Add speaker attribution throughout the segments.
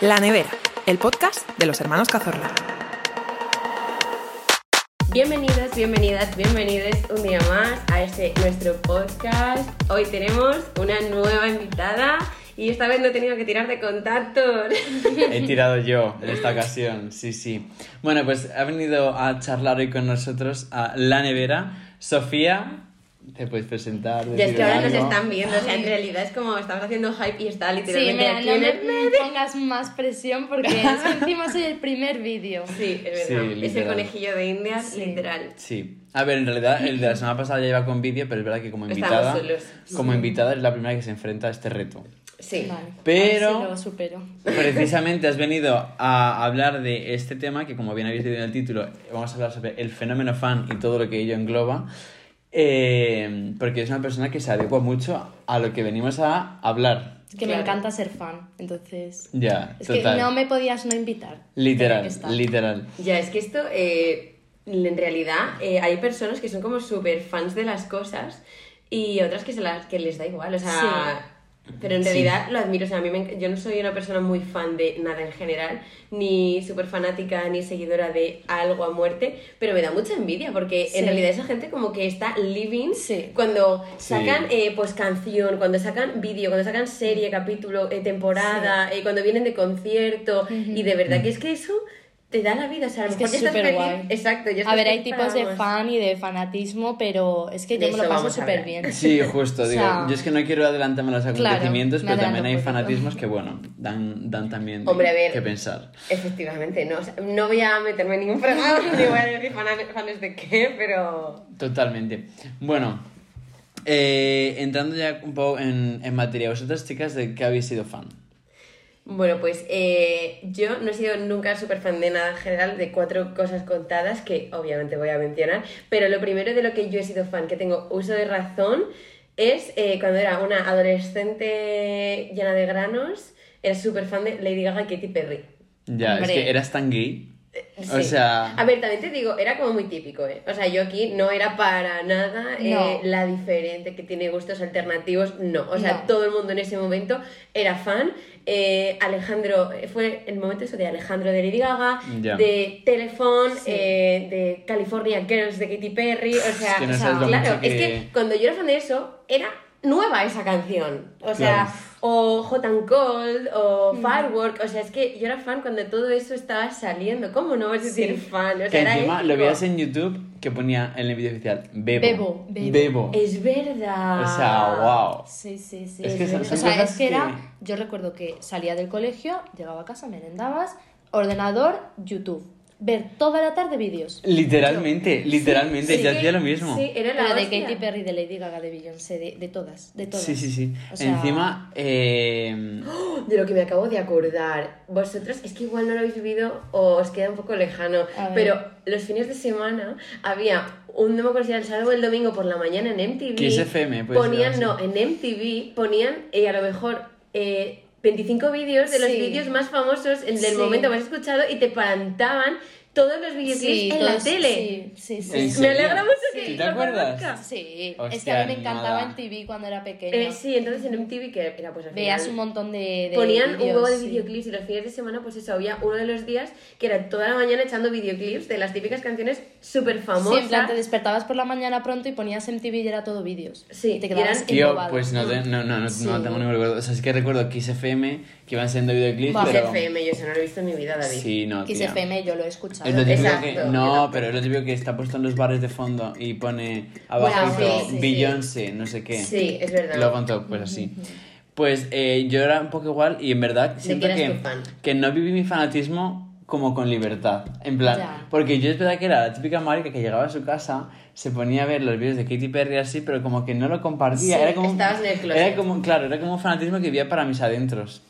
Speaker 1: La Nevera, el podcast de los hermanos Cazorla.
Speaker 2: Bienvenidas, bienvenidas, bienvenides un día más a este nuestro podcast. Hoy tenemos una nueva invitada y esta vez no he tenido que tirar de contactos.
Speaker 3: He tirado yo en esta ocasión, sí, sí. Bueno, pues ha venido a charlar hoy con nosotros a La Nevera. Sofía, te puedes presentar.
Speaker 2: Ya es
Speaker 3: decir
Speaker 2: que ahora nos
Speaker 3: algo.
Speaker 2: están viendo, o sea, en realidad es como estamos haciendo hype y está
Speaker 4: Sí,
Speaker 2: literalmente
Speaker 4: mira,
Speaker 2: aquí
Speaker 4: no
Speaker 2: en
Speaker 4: me
Speaker 2: el-
Speaker 4: me pongas más presión porque es que encima soy el primer vídeo.
Speaker 2: Sí, es
Speaker 3: Sí,
Speaker 2: verdad. es el
Speaker 3: literal.
Speaker 2: conejillo de Indias,
Speaker 4: Sí.
Speaker 2: literal.
Speaker 3: Sí. A ver, en realidad el de la semana pasada ya iba con vídeo, pero es verdad que como
Speaker 2: Estamos
Speaker 3: invitada,
Speaker 2: solos.
Speaker 3: como invitada es la primera que se enfrenta a este reto.
Speaker 2: Sí.
Speaker 4: Vale, a ver
Speaker 3: Pero-
Speaker 4: si lo supero.
Speaker 3: Precisamente has venido a hablar de este tema, que como bien habéis leído en el título, vamos a hablar sobre el fenómeno fan y todo lo que ello engloba, eh, porque es una persona que se adecua mucho a lo que venimos a hablar.
Speaker 4: Es que
Speaker 2: Claro.
Speaker 4: me encanta ser fan, entonces.
Speaker 3: Ya,
Speaker 4: Es
Speaker 3: total.
Speaker 4: que no me podías no invitar.
Speaker 3: Literal,
Speaker 4: Tenía que estar.
Speaker 3: literal.
Speaker 2: Ya, es que esto, eh, en realidad, eh, hay personas que son como súper fans de las cosas y otras que, se las, que les da igual, o sea... Pero en
Speaker 3: Sí.
Speaker 2: realidad lo admiro, o sea, a mí me enc- yo no soy una persona muy fan de nada en general, ni súper fanática, ni seguidora de algo a muerte, pero me da mucha envidia porque en
Speaker 4: Sí.
Speaker 2: realidad esa gente como que está living
Speaker 4: Sí.
Speaker 2: cuando
Speaker 3: Sí.
Speaker 2: sacan eh, pues canción, cuando sacan vídeo, cuando sacan serie, capítulo, eh, temporada, eh, cuando vienen de concierto y de verdad que es que eso te da la vida, o sea, a lo
Speaker 4: Es que
Speaker 2: mejor
Speaker 4: es
Speaker 2: ya estás
Speaker 4: súper
Speaker 2: feliz.
Speaker 4: guay.
Speaker 2: Exacto, ya
Speaker 4: A
Speaker 2: estás
Speaker 4: ver, hay
Speaker 2: feliz
Speaker 4: tipos
Speaker 2: para
Speaker 4: de
Speaker 2: más.
Speaker 4: fan y de fanatismo, pero es que
Speaker 2: De
Speaker 4: yo me
Speaker 2: eso
Speaker 4: lo paso
Speaker 2: vamos a
Speaker 4: súper
Speaker 2: hablar.
Speaker 4: bien.
Speaker 3: Sí, justo,
Speaker 4: O
Speaker 3: digo,
Speaker 4: sea,
Speaker 3: yo es que no quiero adelantarme a los
Speaker 4: Claro,
Speaker 3: acontecimientos,
Speaker 4: me
Speaker 3: pero también
Speaker 4: adelanto
Speaker 3: hay
Speaker 4: un poquito.
Speaker 3: fanatismos que, bueno, dan, dan también
Speaker 2: Hombre, a ver.
Speaker 3: que pensar.
Speaker 2: Efectivamente, no, o sea, no voy a meterme en ningún programa, ni voy a decir fan- fans de qué, pero...
Speaker 3: Totalmente. Bueno, eh, entrando ya un poco en, en materia, vosotras chicas, ¿de qué habéis sido fan?
Speaker 2: Bueno, pues eh, yo no he sido nunca súper fan de nada en general, de cuatro cosas contadas que obviamente voy a mencionar, pero lo primero de lo que yo he sido fan, que tengo uso de razón, es eh, cuando era una adolescente llena de granos, era súper fan de Lady Gaga y Katy Perry.
Speaker 3: Ya,
Speaker 4: Hombre. Eh,
Speaker 3: es que eras tan gay. O
Speaker 2: Sí.
Speaker 3: sea,
Speaker 2: A ver, también te digo, era como muy típico, ¿eh? O sea, yo aquí no era para nada eh,
Speaker 4: No.
Speaker 2: la diferente que tiene gustos alternativos, no. O sea,
Speaker 4: No.
Speaker 2: todo el mundo en ese momento era fan. Eh, Alejandro, eh, fue el momento eso de Alejandro de Lady Gaga,
Speaker 3: Ya.
Speaker 2: de Telephone,
Speaker 4: Sí.
Speaker 2: eh, de California Girls de Katy Perry, o sea,
Speaker 3: que
Speaker 4: no
Speaker 2: o
Speaker 4: sabes
Speaker 2: sea,
Speaker 4: lo
Speaker 3: mucho
Speaker 2: claro,
Speaker 3: que-
Speaker 2: es que cuando yo era fan de eso, era nueva esa canción, o sea,
Speaker 3: Claro.
Speaker 2: o Hot and Cold, o
Speaker 3: Mm.
Speaker 2: Firework, o sea, es que yo era fan cuando todo eso estaba saliendo, ¿cómo no vas a ser fan? O sea,
Speaker 3: que
Speaker 2: era
Speaker 3: encima lo
Speaker 2: épico.
Speaker 3: veías en YouTube que ponía en el vídeo oficial, bebo.
Speaker 4: Bebo, bebo.
Speaker 2: Es verdad.
Speaker 3: O sea, wow.
Speaker 4: Sí, sí, sí.
Speaker 3: Es que son- son
Speaker 4: o sea,
Speaker 3: cosas
Speaker 4: es que era.
Speaker 3: que-
Speaker 4: Yo recuerdo que salía del colegio, llegaba a casa, merendabas, ordenador, YouTube. Ver toda la tarde vídeos.
Speaker 3: Literalmente, literalmente,
Speaker 2: Sí,
Speaker 3: ya
Speaker 2: que-
Speaker 3: hacía lo mismo.
Speaker 2: Sí, era la
Speaker 4: Pero de
Speaker 2: hostia.
Speaker 4: Katy Perry, de Lady Gaga, de Beyoncé, de, de todas, de todas.
Speaker 3: Sí, sí, sí.
Speaker 4: O sea,
Speaker 3: Encima, eh,
Speaker 2: De lo que me acabo de acordar. Vosotros, es que igual no lo habéis vivido o os queda un poco lejano,
Speaker 4: A ver.
Speaker 2: pero los fines de semana había un, no me acuerdo si era el sábado o el domingo por la mañana en MTV.
Speaker 3: Kiss FM, pues,
Speaker 2: Ponían, no,
Speaker 3: algo
Speaker 2: en MTV ponían eh, a lo mejor eh, 25 vídeos de los
Speaker 4: Sí.
Speaker 2: vídeos más famosos en- del
Speaker 4: Sí.
Speaker 2: momento más escuchado y te plantaban todos los videoclips en la
Speaker 4: todos-
Speaker 2: tele.
Speaker 4: Sí, sí,
Speaker 3: ¿En
Speaker 4: sí.
Speaker 2: Me
Speaker 3: serio?
Speaker 2: alegra mucho que
Speaker 3: ¿Sí te
Speaker 2: lo
Speaker 3: acuerdas?
Speaker 2: conozca.
Speaker 4: Sí, es que
Speaker 3: Hostia,
Speaker 4: a mí me encantaba
Speaker 3: nada.
Speaker 4: en TV cuando era pequeña.
Speaker 2: Eh, sí, entonces en MTV que era pues al
Speaker 4: Veas
Speaker 2: final-
Speaker 4: un montón de. de
Speaker 2: Ponían un
Speaker 4: vídeos,
Speaker 2: huevo de
Speaker 4: sí.
Speaker 2: videoclips y los fines de semana, pues eso, había uno de los días que era toda la mañana echando videoclips de las típicas canciones súper
Speaker 4: Sí, en plan
Speaker 2: famosas.
Speaker 4: te despertabas por la mañana pronto y ponías en TV y era todo vídeos.
Speaker 2: Sí,
Speaker 4: y te
Speaker 2: y
Speaker 4: quedabas
Speaker 2: eran-
Speaker 3: Tío,
Speaker 4: embobado.
Speaker 3: pues no, te- no, no, no,
Speaker 4: Sí.
Speaker 3: no tengo ningún recuerdo. O sea, sí que recuerdo Kiss FM, que iban siendo videoclips,
Speaker 4: Buah,
Speaker 3: pero...
Speaker 2: FM, yo eso no lo he visto en mi vida, David.
Speaker 3: Sí, no,
Speaker 4: Kiss
Speaker 3: tía.
Speaker 4: FM yo lo he escuchado.
Speaker 3: Es lo típico que...
Speaker 2: Exacto.
Speaker 3: No, pero es lo típico que está puesto en los bares de fondo y pone abajo
Speaker 2: Bueno, sí, sí,
Speaker 3: Beyoncé, no sé qué.
Speaker 2: Sí, es verdad.
Speaker 3: Love on Top, pues así. Pues eh, yo era un poco igual y en verdad siento
Speaker 2: que eras
Speaker 3: que,
Speaker 2: tu fan.
Speaker 3: que no viví mi fanatismo como con libertad. En plan,
Speaker 4: Ya.
Speaker 3: porque yo es verdad que era la típica marica que llegaba a su casa, se ponía a ver los vídeos de Katy Perry así, pero como que no lo compartía.
Speaker 2: Sí,
Speaker 3: era como,
Speaker 2: estabas en el closet.
Speaker 3: era como, claro, era como un fanatismo que vivía para mis adentros.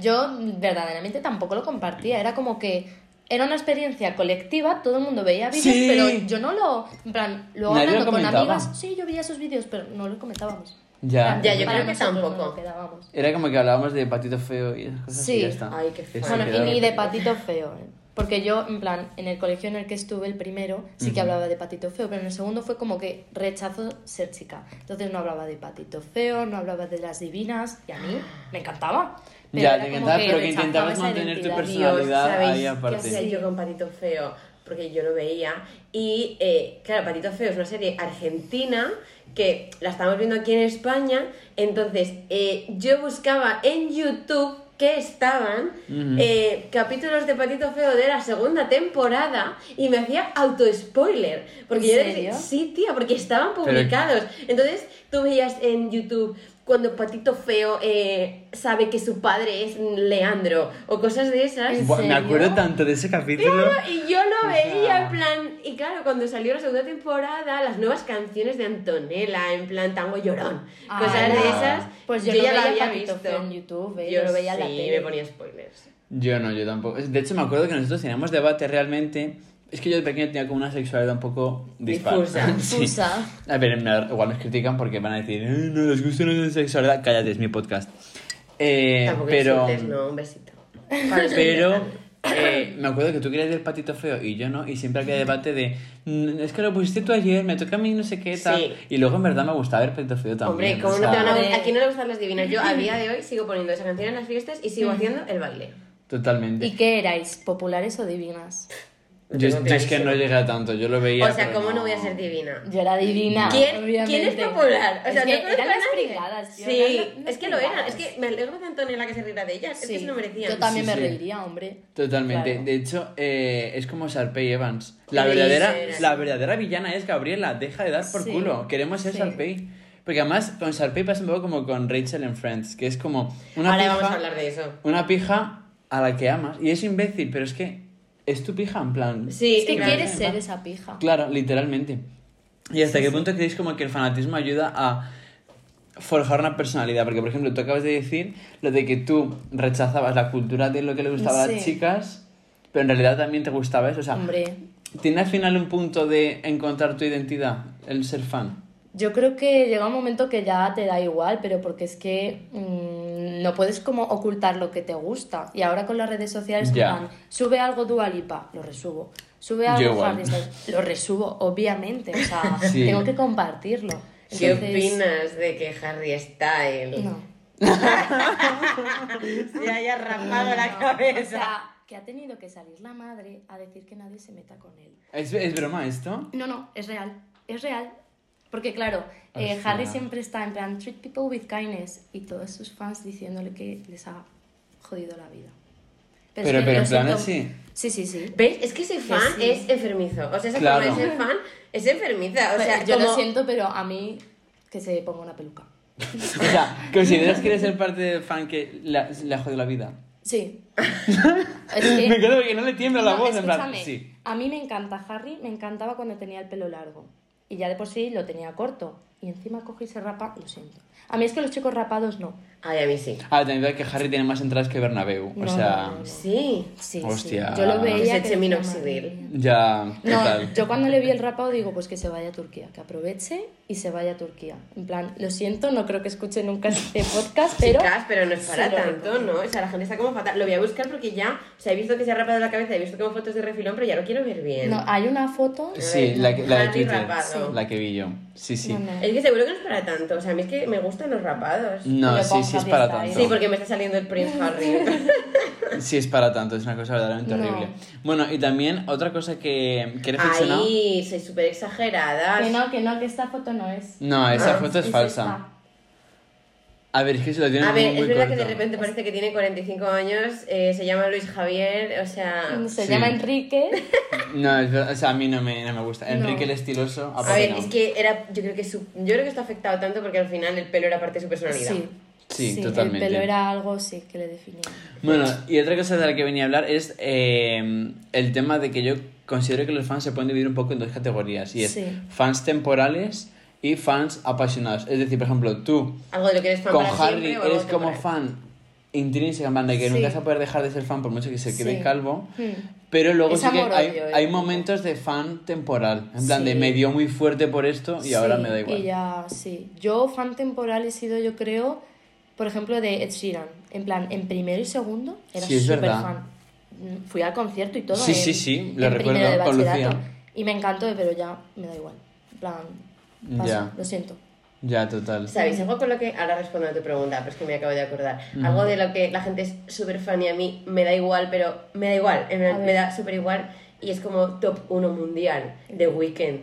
Speaker 4: Yo verdaderamente tampoco lo compartía, era como que era una experiencia colectiva, todo el mundo veía vídeos,
Speaker 3: Sí.
Speaker 4: pero yo no lo... En plan, luego
Speaker 3: Nadie lo
Speaker 4: hablando con
Speaker 3: comentaba.
Speaker 4: amigas, sí, yo veía esos vídeos, pero no lo comentábamos.
Speaker 3: Ya.
Speaker 2: Ya, yo
Speaker 4: Para
Speaker 2: creo que
Speaker 4: nosotros
Speaker 2: tampoco.
Speaker 4: nos lo quedábamos.
Speaker 3: Era como que hablábamos de patito feo y esas cosas y
Speaker 4: Sí.
Speaker 3: ya está.
Speaker 2: Ay, qué
Speaker 3: Que se
Speaker 2: fan.
Speaker 4: Bueno, y
Speaker 3: quedaron.
Speaker 4: ni de patito feo, ¿eh? Porque yo, en plan, en el colegio en el que estuve, el primero, sí que hablaba de patito feo, pero en el segundo fue como que rechazo ser chica. Entonces no hablaba de patito feo, no hablaba de las divinas, y a mí me encantaba. Pero
Speaker 3: ya,
Speaker 4: era
Speaker 3: te
Speaker 4: como
Speaker 3: intentabas,
Speaker 4: que
Speaker 3: pero que
Speaker 4: rechazaba
Speaker 3: intentabas
Speaker 4: esa
Speaker 3: mantener tu
Speaker 4: identidad.
Speaker 3: personalidad
Speaker 2: ¿sabéis
Speaker 3: ahí
Speaker 2: ¿Qué hacía
Speaker 3: aparte.
Speaker 2: yo con Patito Feo? Porque yo lo veía. Y eh, claro, Patito Feo es una serie argentina que la estamos viendo aquí en España. Entonces, eh, yo buscaba en YouTube que estaban eh, capítulos de Patito Feo de la segunda temporada y me hacía auto-spoiler. Porque
Speaker 4: ¿En
Speaker 2: yo
Speaker 4: serio?
Speaker 2: decía, sí, tía, porque estaban publicados. Entonces, tú veías en YouTube cuando Patito Feo eh, sabe que su padre es Leandro o cosas de esas.
Speaker 4: ¿En
Speaker 3: Buah, me
Speaker 4: serio?
Speaker 3: acuerdo tanto de ese capítulo.
Speaker 2: Y yo lo
Speaker 3: O
Speaker 2: veía
Speaker 3: sea-
Speaker 2: en plan. Y claro, cuando salió la segunda temporada, las nuevas canciones de Antonella, en plan tango llorón,
Speaker 4: Ah,
Speaker 2: cosas
Speaker 3: no.
Speaker 2: de esas.
Speaker 4: Pues yo,
Speaker 2: yo
Speaker 4: no
Speaker 2: ya la
Speaker 4: veía
Speaker 2: había
Speaker 4: Patito
Speaker 2: visto
Speaker 4: Feo en YouTube, eh, yo, lo veía en la
Speaker 2: sí,
Speaker 4: tele.
Speaker 2: me ponía spoilers.
Speaker 3: Yo no, yo tampoco. De hecho, me acuerdo que nosotros teníamos debate realmente. Es que yo de pequeño tenía como una sexualidad un poco dispar.
Speaker 2: Difusa.
Speaker 3: Sí.
Speaker 4: Difusa.
Speaker 3: A ver, me- igual nos critican porque van a decir, "Eh, no les gusta nuestra sexualidad. Cállate, es mi podcast. Eh,
Speaker 2: Tampoco
Speaker 3: pero.
Speaker 2: insultes, no, un besito.
Speaker 3: Pero eh, me acuerdo que tú querías del patito feo y yo no, y siempre había debate de "Mm, es que lo pusiste tú ayer, me toca a mí no sé qué tal.
Speaker 2: Sí.
Speaker 3: Y luego en verdad me gustaba el patito feo también.
Speaker 2: Hombre, ¿cómo
Speaker 3: o
Speaker 2: no te
Speaker 3: sea,
Speaker 2: van a
Speaker 4: Hombre.
Speaker 2: gustar? Aquí no le gustan las divinas. Yo a día de hoy sigo poniendo esa canción en las fiestas y sigo haciendo el baile.
Speaker 3: Totalmente.
Speaker 4: ¿Y qué erais? ¿Populares o divinas?
Speaker 3: Yo,
Speaker 2: Tengo
Speaker 3: yo es que
Speaker 2: clarísimo.
Speaker 3: no llegué a tanto, yo lo veía.
Speaker 2: O sea,
Speaker 3: pero
Speaker 2: ¿cómo no voy a ser divina?
Speaker 4: Yo era divina.
Speaker 2: ¿Quién,
Speaker 4: obviamente.
Speaker 2: quién es popular? O sea,
Speaker 4: es que
Speaker 2: no conozco
Speaker 4: eran
Speaker 2: a
Speaker 4: las
Speaker 2: nadie.
Speaker 4: brigadas, tío,
Speaker 2: Sí,
Speaker 4: eran las- las
Speaker 2: es que lo eran.
Speaker 4: brigadas.
Speaker 2: Es que me alegro de Antonella que se riera de ellas. Es que
Speaker 4: Sí,
Speaker 2: se lo merecían.
Speaker 4: Yo también
Speaker 3: Sí,
Speaker 4: me
Speaker 3: sí.
Speaker 4: reiría, hombre.
Speaker 3: Totalmente.
Speaker 4: Claro.
Speaker 3: De hecho, eh, es como Sarpey Evans. La
Speaker 2: Sí,
Speaker 3: verdadera,
Speaker 2: sí.
Speaker 3: la verdadera villana es Gabriela. Deja de dar por
Speaker 4: Sí.
Speaker 3: culo. Queremos ser
Speaker 4: Sí.
Speaker 3: Sarpey. Porque además con Sarpey pasa un poco como con Rachel en Friends, que es como una
Speaker 2: Ahora
Speaker 3: pija-
Speaker 2: vamos a hablar de eso.
Speaker 3: una pija a la que amas. Y es imbécil, pero es que es tu pija en plan.
Speaker 2: Sí,
Speaker 4: es que
Speaker 2: en plan,
Speaker 4: quieres
Speaker 3: en
Speaker 4: ser
Speaker 3: plan-
Speaker 4: esa pija.
Speaker 3: Claro, literalmente. ¿Y hasta qué punto creéis como que el fanatismo ayuda a forjar una personalidad? Porque, por ejemplo, tú acabas de decir lo de que tú rechazabas la cultura de lo que le gustaba a las
Speaker 4: Sí.
Speaker 3: chicas, pero en realidad también te gustaba eso. O sea,
Speaker 4: Hombre,
Speaker 3: ¿tiene al final un punto de encontrar tu identidad, el ser fan?
Speaker 4: yo creo que llega un momento que ya te da igual, pero porque es que mm, no puedes como ocultar lo que te gusta. Y ahora con las redes sociales, en
Speaker 3: Ya.
Speaker 4: plan, sube algo Dualipa, lo resubo. Sube algo
Speaker 3: Yo igual.
Speaker 4: Harry Styles, lo resubo, obviamente. O sea,
Speaker 3: Sí.
Speaker 4: tengo que compartirlo.
Speaker 2: ¿Qué
Speaker 4: Entonces,
Speaker 2: opinas de que Harry Styles
Speaker 4: No.
Speaker 2: se haya rapado la
Speaker 4: O
Speaker 2: cabeza?
Speaker 4: sea, que ha tenido que salir la madre a decir que nadie se meta con él.
Speaker 3: ¿Es, es broma esto?
Speaker 4: No, no, es real, es real. Porque claro, eh,
Speaker 3: Hostia.
Speaker 4: Harry siempre está en plan, treat people with kindness y todos sus fans diciéndole que les ha jodido la vida.
Speaker 3: Pero-
Speaker 4: es
Speaker 3: pero
Speaker 4: que lo
Speaker 3: en plan
Speaker 4: siento-
Speaker 3: así.
Speaker 4: Sí, sí, sí.
Speaker 2: ¿Veis? Es que ese fan
Speaker 4: sí.
Speaker 2: es enfermizo. O sea, esa
Speaker 3: Claro.
Speaker 2: forma de ser fan es enfermiza. O sea,
Speaker 4: Pero yo lo
Speaker 2: como-
Speaker 4: siento, pero a mí que se ponga una peluca.
Speaker 3: O sea, ¿consideras que eres el parte del fan que le ha le ha jodido la vida?
Speaker 4: Sí. es que-
Speaker 3: Me encanta porque no le tiembla la
Speaker 4: No,
Speaker 3: voz, en plan,
Speaker 4: escúchame,
Speaker 3: sí.
Speaker 4: A mí me encanta Harry, me encantaba cuando tenía el pelo largo. Y ya de por sí lo tenía corto. Y encima coge y se rapa, lo siento. A mí es que los chicos rapados no.
Speaker 2: Ay, a mí sí.
Speaker 3: Ah, también veo que Harry tiene más entradas que Bernabéu, o
Speaker 4: No,
Speaker 3: sea...
Speaker 4: no, no, no.
Speaker 2: Sí.
Speaker 4: Sí,
Speaker 3: Hostia.
Speaker 4: sí. Yo lo
Speaker 3: Que
Speaker 4: veía.
Speaker 2: se
Speaker 4: que
Speaker 2: eche
Speaker 4: decía,
Speaker 2: minoxidil.
Speaker 4: madre mía.
Speaker 3: Ya,
Speaker 4: No,
Speaker 3: total.
Speaker 4: yo cuando le vi el rapado digo, pues que se vaya a Turquía, que aproveche y se vaya a Turquía. En plan, lo siento, no creo que escuche nunca este podcast, pero...
Speaker 2: Chicas, pero no es para
Speaker 4: se lo
Speaker 2: tanto,
Speaker 4: recomiendo.
Speaker 2: ¿no? O sea, la gente está como fatal. Lo voy a buscar porque ya, o sea, he visto que se ha rapado la cabeza, he visto como fotos de refilón, pero ya lo quiero ver bien.
Speaker 4: No, hay una foto...
Speaker 3: Sí, la, que- la de
Speaker 2: Harry
Speaker 3: Twitter,
Speaker 2: rapado.
Speaker 3: la que vi yo. Sí, sí.
Speaker 4: No, no.
Speaker 2: Es que seguro que no es para tanto. O sea, a mí es que me gustan los rapados.
Speaker 3: No,
Speaker 4: Pero
Speaker 3: sí,
Speaker 4: con
Speaker 3: sí es
Speaker 4: Harry
Speaker 3: para
Speaker 4: Styles.
Speaker 3: tanto.
Speaker 2: Sí, porque me está saliendo el Prince Harry.
Speaker 3: Sí es para tanto, es una cosa verdaderamente
Speaker 4: No.
Speaker 3: horrible. Bueno, y también otra cosa que, que he reflexionado...
Speaker 2: Ay, soy súper exagerada.
Speaker 4: Que no, que no, que esta foto no es.
Speaker 3: No, esa
Speaker 2: Ah,
Speaker 3: foto es,
Speaker 4: Es
Speaker 3: falsa. A ver, es que se lo tienen
Speaker 2: A
Speaker 3: muy,
Speaker 2: ver,
Speaker 3: muy
Speaker 2: es verdad que
Speaker 3: corto.
Speaker 2: de repente parece que tiene 45 años, eh, se llama Luis Javier, o sea...
Speaker 4: esta. Se
Speaker 3: Sí.
Speaker 4: llama Enrique.
Speaker 3: No, es verdad, o sea, a mí no me, no me gusta.
Speaker 4: No.
Speaker 3: Enrique el estiloso,
Speaker 2: A
Speaker 3: aparte
Speaker 2: ver,
Speaker 3: Ah, pues no.
Speaker 2: es que era, yo creo que su- yo creo que está afectado tanto porque al final el pelo era parte de su personalidad.
Speaker 4: Sí.
Speaker 3: Sí, totalmente.
Speaker 4: El pelo era algo, sí, que le definía.
Speaker 3: Bueno, y otra cosa de la que venía a hablar es eh, el tema de que yo considero que los fans se pueden dividir un poco en dos categorías, y es
Speaker 4: Sí.
Speaker 3: fans temporales y fans apasionados. Es decir, por ejemplo, tú
Speaker 2: Algo de lo que eres fan
Speaker 3: con
Speaker 2: para
Speaker 3: Harry
Speaker 2: siempre o algo
Speaker 3: eres como
Speaker 2: temporal.
Speaker 3: fan intrínseca, en plan de que
Speaker 4: Sí.
Speaker 3: nunca vas a poder dejar de ser fan por mucho que se quede
Speaker 4: Sí.
Speaker 3: calvo.
Speaker 4: Hmm.
Speaker 3: Pero luego
Speaker 4: Es
Speaker 3: sí que
Speaker 4: amor-odio,
Speaker 3: hay,
Speaker 4: ¿eh?
Speaker 3: hay momentos de fan temporal, en plan de
Speaker 4: Sí.
Speaker 3: me dio muy fuerte por esto y ahora
Speaker 4: Sí,
Speaker 3: me da igual.
Speaker 4: Y ya, sí. Yo, fan temporal, he sido, yo creo, por ejemplo, de Ed Sheeran. En plan, en primero y segundo, era
Speaker 3: Sí, es
Speaker 4: súper
Speaker 3: verdad.
Speaker 4: fan. Mm, Fui al concierto y todo.
Speaker 3: Sí,
Speaker 4: en-
Speaker 3: sí, sí, lo
Speaker 4: en
Speaker 3: recuerdo,
Speaker 4: primero de
Speaker 3: con Lucía.
Speaker 4: bachillerato. Y me encantó, pero ya me da igual. En plan, paso,
Speaker 3: Ya.
Speaker 4: lo siento.
Speaker 3: Ya, total.
Speaker 2: ¿Sabéis algo con lo que, ahora respondo a tu pregunta, pero es que me acabo de acordar, algo de lo que la gente es súper fan y a mí me da igual, pero me da igual, en plan,
Speaker 4: A ver.
Speaker 2: me da súper igual y es como top 1 mundial de Weekend.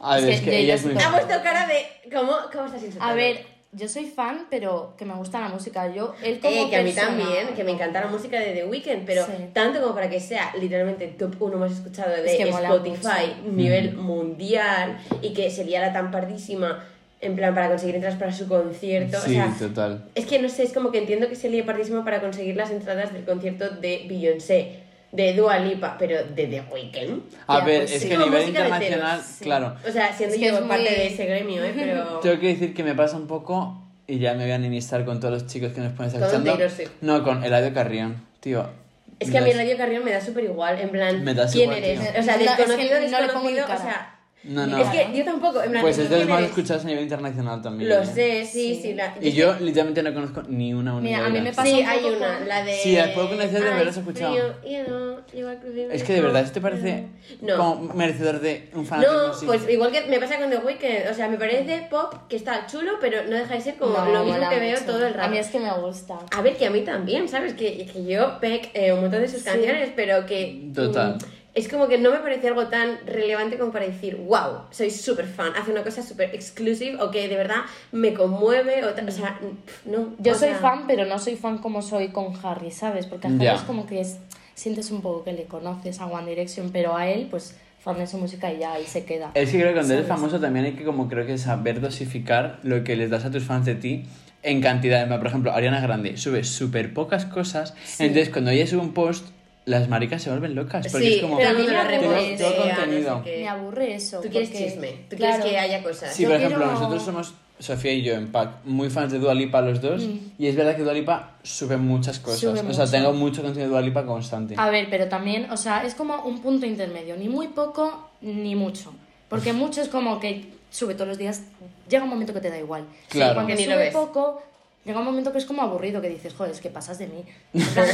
Speaker 3: A ver, Ah,
Speaker 4: Es
Speaker 3: es
Speaker 4: que
Speaker 3: que
Speaker 4: yo ya
Speaker 3: ella es
Speaker 4: soy
Speaker 3: muy
Speaker 4: fan.
Speaker 2: Ha puesto cara de... ¿Cómo, cómo estás insultando? Eh,
Speaker 4: A ver, yo soy fan, pero que me gusta la música. Yo, él como
Speaker 2: Eh, que a mí
Speaker 4: persona-
Speaker 2: también, que me encanta la música de The Weeknd, pero
Speaker 4: Sí.
Speaker 2: tanto como para que sea literalmente top 1 más escuchado de
Speaker 4: Es que mola
Speaker 2: Spotify, nivel mundial, y que se liara tan pardísima, en plan, para conseguir entradas para su concierto.
Speaker 3: Sí,
Speaker 2: o sea,
Speaker 3: total.
Speaker 2: es que no sé, es como que entiendo que se líe pardísima para conseguir las entradas del concierto de Beyoncé, de Dua Lipa, pero de The Weeknd.
Speaker 3: A
Speaker 4: Ya,
Speaker 3: ver,
Speaker 4: pues
Speaker 3: es
Speaker 4: sí.
Speaker 3: que a
Speaker 2: Como
Speaker 3: nivel
Speaker 2: música de ceros,
Speaker 3: internacional,
Speaker 2: sí.
Speaker 3: claro.
Speaker 2: O sea, siendo
Speaker 4: Es que
Speaker 2: yo
Speaker 4: es muy-
Speaker 2: parte de ese gremio, ¿eh? Pero...
Speaker 3: Tengo que decir que me pasa un poco, y ya me voy a enemistar con todos los chicos que nos ponen
Speaker 2: Con
Speaker 3: escuchando.
Speaker 2: Taylor Swift.
Speaker 3: No, con Eladio Carrión, tío.
Speaker 2: Es que a mí
Speaker 3: Las-
Speaker 2: Radio Carrión me da súper igual, en plan,
Speaker 3: Me das
Speaker 2: ¿quién
Speaker 3: igual,
Speaker 2: eres?
Speaker 4: tío.
Speaker 2: O sea,
Speaker 4: No, es que
Speaker 2: desconocido,
Speaker 4: no le pongo ni
Speaker 2: desconocido, o
Speaker 4: cara.
Speaker 2: sea...
Speaker 3: No,
Speaker 4: Ni
Speaker 3: no.
Speaker 2: Es que yo tampoco, en plan,
Speaker 3: Pues
Speaker 2: ¿tú
Speaker 3: es de los
Speaker 2: quién
Speaker 3: más
Speaker 2: eres?
Speaker 3: escuchados a nivel internacional también.
Speaker 2: Lo
Speaker 3: ¿eh?
Speaker 2: sé, sí, sí.
Speaker 4: Sí.
Speaker 2: la-
Speaker 3: Y yo literalmente no conozco ni una única.
Speaker 4: Mira, a mí
Speaker 3: de
Speaker 4: me
Speaker 3: ellas.
Speaker 4: pasa
Speaker 2: Sí,
Speaker 4: un
Speaker 2: hay
Speaker 4: poco
Speaker 2: una,
Speaker 4: con-
Speaker 2: la de...
Speaker 3: Sí, las puedo conocer de
Speaker 2: Ay,
Speaker 3: haberlas escuchado.
Speaker 2: frío, you know, you are creeping
Speaker 3: Es que de
Speaker 2: me
Speaker 3: verdad,
Speaker 2: out.
Speaker 3: ¿esto te parece
Speaker 2: No.
Speaker 3: como merecedor de un fanático?
Speaker 2: No,
Speaker 3: así?
Speaker 2: pues igual que me pasa con The Weeknd, o sea, me parece pop que está chulo, pero no deja de ser como
Speaker 4: No,
Speaker 2: lo mismo
Speaker 4: mola
Speaker 2: que veo
Speaker 4: mucho.
Speaker 2: todo el rato.
Speaker 4: A mí es que me gusta.
Speaker 2: A ver, que a mí también, ¿sabes? Que, que yo pec eh, un montón de sus canciones, pero que...
Speaker 3: Total.
Speaker 2: mm, es como que no me parece algo tan relevante como para decir, wow, soy súper fan, hace una cosa súper exclusive o que de verdad me conmueve, o, ta- o sea, pff, no. o
Speaker 4: Yo soy
Speaker 2: sea,
Speaker 4: fan, pero no soy fan como soy con Harry, ¿sabes? Porque a Harry
Speaker 3: Ya.
Speaker 4: es como que es, sientes un poco que le conoces a One Direction, pero a él, pues, fan de su música y ya, ahí se queda.
Speaker 3: Es que creo que cuando eres
Speaker 4: ¿Sabes?
Speaker 3: famoso también hay que como creo que saber dosificar lo que les das a tus fans de ti en cantidad. En plan, Por ejemplo, Ariana Grande sube súper pocas cosas, entonces cuando ella sube un post, las maricas se vuelven locas. Porque
Speaker 2: Sí,
Speaker 3: es como...
Speaker 2: pero a mí
Speaker 4: Tengo-
Speaker 2: me
Speaker 4: tengo
Speaker 2: arrepiente.
Speaker 3: contenido.
Speaker 4: Me aburre eso.
Speaker 2: Tú quieres
Speaker 4: porque-
Speaker 2: chisme, tú
Speaker 4: Claro.
Speaker 2: quieres que haya cosas.
Speaker 3: Sí,
Speaker 4: Yo
Speaker 3: por ejemplo,
Speaker 4: quiero-
Speaker 3: nosotros somos, Sofía y yo en PAC, muy fans de Dua Lipa los dos, y es verdad que Dua Lipa sube muchas cosas.
Speaker 4: Sube
Speaker 3: o sea,
Speaker 4: mucho.
Speaker 3: tengo mucho contenido de Dua Lipa constante.
Speaker 4: A ver, pero también, o sea, es como un punto intermedio, ni muy poco ni mucho. Porque mucho es como que sube todos los días, llega un momento que te da igual.
Speaker 3: Claro.
Speaker 4: Y cuando
Speaker 2: Que ni lo
Speaker 4: sube
Speaker 2: ves.
Speaker 4: poco, llega un momento que es como aburrido, que dices, joder, es que pasas de mí. En plan,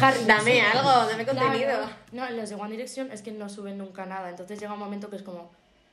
Speaker 4: Harry,
Speaker 2: Dame algo, dame
Speaker 4: Claro.
Speaker 2: contenido.
Speaker 4: No, los de One Direction es que no suben nunca nada, entonces llega un momento que es como,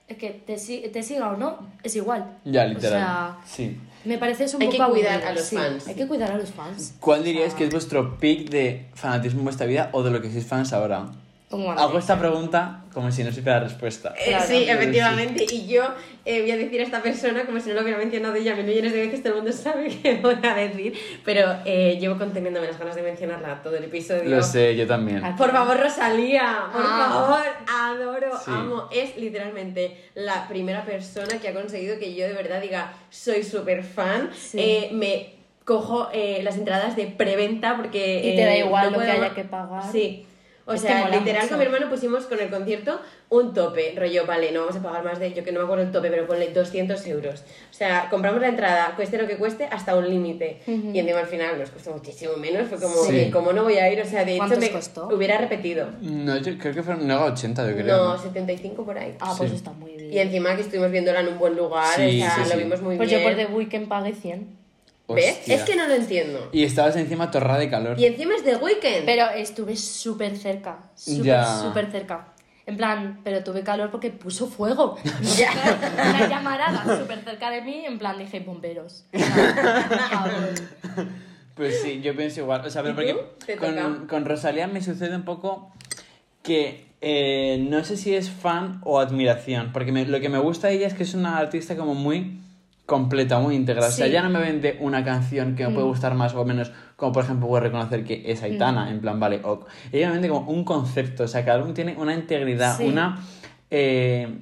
Speaker 4: es que te, si- te siga o no, es igual.
Speaker 3: Ya, literal.
Speaker 4: O sea,
Speaker 3: Sí.
Speaker 4: me parece eso un
Speaker 2: Hay
Speaker 4: poco
Speaker 2: que cuidar
Speaker 4: aburrido,
Speaker 2: a los
Speaker 4: sí.
Speaker 2: fans.
Speaker 4: Hay que cuidar a los fans.
Speaker 3: ¿Cuál diríais que es vuestro pick de fanatismo en vuestra vida o de lo que sois fans ahora?
Speaker 4: Como a-
Speaker 3: Hago esta pregunta como si no supiera la respuesta.
Speaker 2: Eh,
Speaker 4: Claro.
Speaker 2: sí, efectivamente. Y yo eh, voy a decir a esta persona, como si no lo hubiera mencionado ya millones de veces, todo el mundo sabe que voy a decir, pero eh, llevo conteniéndome las ganas de mencionarla todo el episodio.
Speaker 3: Lo sé, yo también.
Speaker 4: Ah,
Speaker 2: Por favor, Rosalía, por
Speaker 4: Ah.
Speaker 2: favor, adoro,
Speaker 3: Sí.
Speaker 2: amo. Es literalmente la primera persona que ha conseguido que yo de verdad diga, soy súper fan,
Speaker 4: Sí.
Speaker 2: Eh, me cojo eh, las entradas de preventa porque...
Speaker 4: Y te da
Speaker 2: eh,
Speaker 4: igual lo que
Speaker 2: puedo-
Speaker 4: haya que pagar.
Speaker 2: Sí. O
Speaker 4: Es que
Speaker 2: sea,
Speaker 4: mola
Speaker 2: literal
Speaker 4: mucho.
Speaker 2: con mi hermano pusimos con el concierto un tope, rollo, vale, no vamos a pagar más de, yo que no me acuerdo el tope, pero ponle 200 euros. O sea, compramos la entrada, cueste lo que cueste, hasta un límite. Y encima al final nos costó muchísimo menos, fue como,
Speaker 3: Sí.
Speaker 2: eh, ¿cómo no voy a ir? O sea, de de hecho,
Speaker 4: ¿Cuántos
Speaker 2: me
Speaker 4: costó?
Speaker 2: Hubiera repetido.
Speaker 3: No, yo creo que fueron no, 80, yo creo.
Speaker 2: No,
Speaker 3: ¿no?
Speaker 2: 75 por ahí.
Speaker 4: Ah, pues
Speaker 3: Sí.
Speaker 4: está muy bien.
Speaker 2: Y encima que estuvimos viéndola en un buen lugar, o
Speaker 3: Sí,
Speaker 2: sea,
Speaker 3: sí,
Speaker 2: lo
Speaker 3: sí.
Speaker 2: vimos muy
Speaker 4: Pues
Speaker 2: bien.
Speaker 4: yo por The Weeknd pagué 100.
Speaker 2: ¿Ves?
Speaker 3: Hostia.
Speaker 2: Es que no lo entiendo.
Speaker 3: Y estabas encima torrada de calor.
Speaker 2: Y encima es The Weeknd.
Speaker 4: Pero estuve súper cerca, súper,
Speaker 3: Ya.
Speaker 4: súper cerca. En plan, pero tuve calor porque puso fuego. Ya. Una llamarada súper cerca de mí, en plan dije, bomberos. O sea, cabrón.
Speaker 3: Pues sí, yo pienso igual. O sea, pero
Speaker 2: ¿Y
Speaker 3: porque
Speaker 2: tú? Te
Speaker 3: con,
Speaker 2: toca.
Speaker 3: con Rosalía me sucede un poco que eh, no sé si es fan o admiración. Porque me- lo que me gusta de ella es que es una artista como muy completa, muy íntegra. O sea,
Speaker 4: Sí.
Speaker 3: ya no me vende una canción que me
Speaker 2: Mm.
Speaker 3: puede gustar más o menos, como por ejemplo puedo reconocer que es
Speaker 2: Mm.
Speaker 3: Aitana, en plan, vale, ok. Ella me vende como un concepto, o sea, cada uno tiene una integridad,
Speaker 4: Sí.
Speaker 3: una... eh,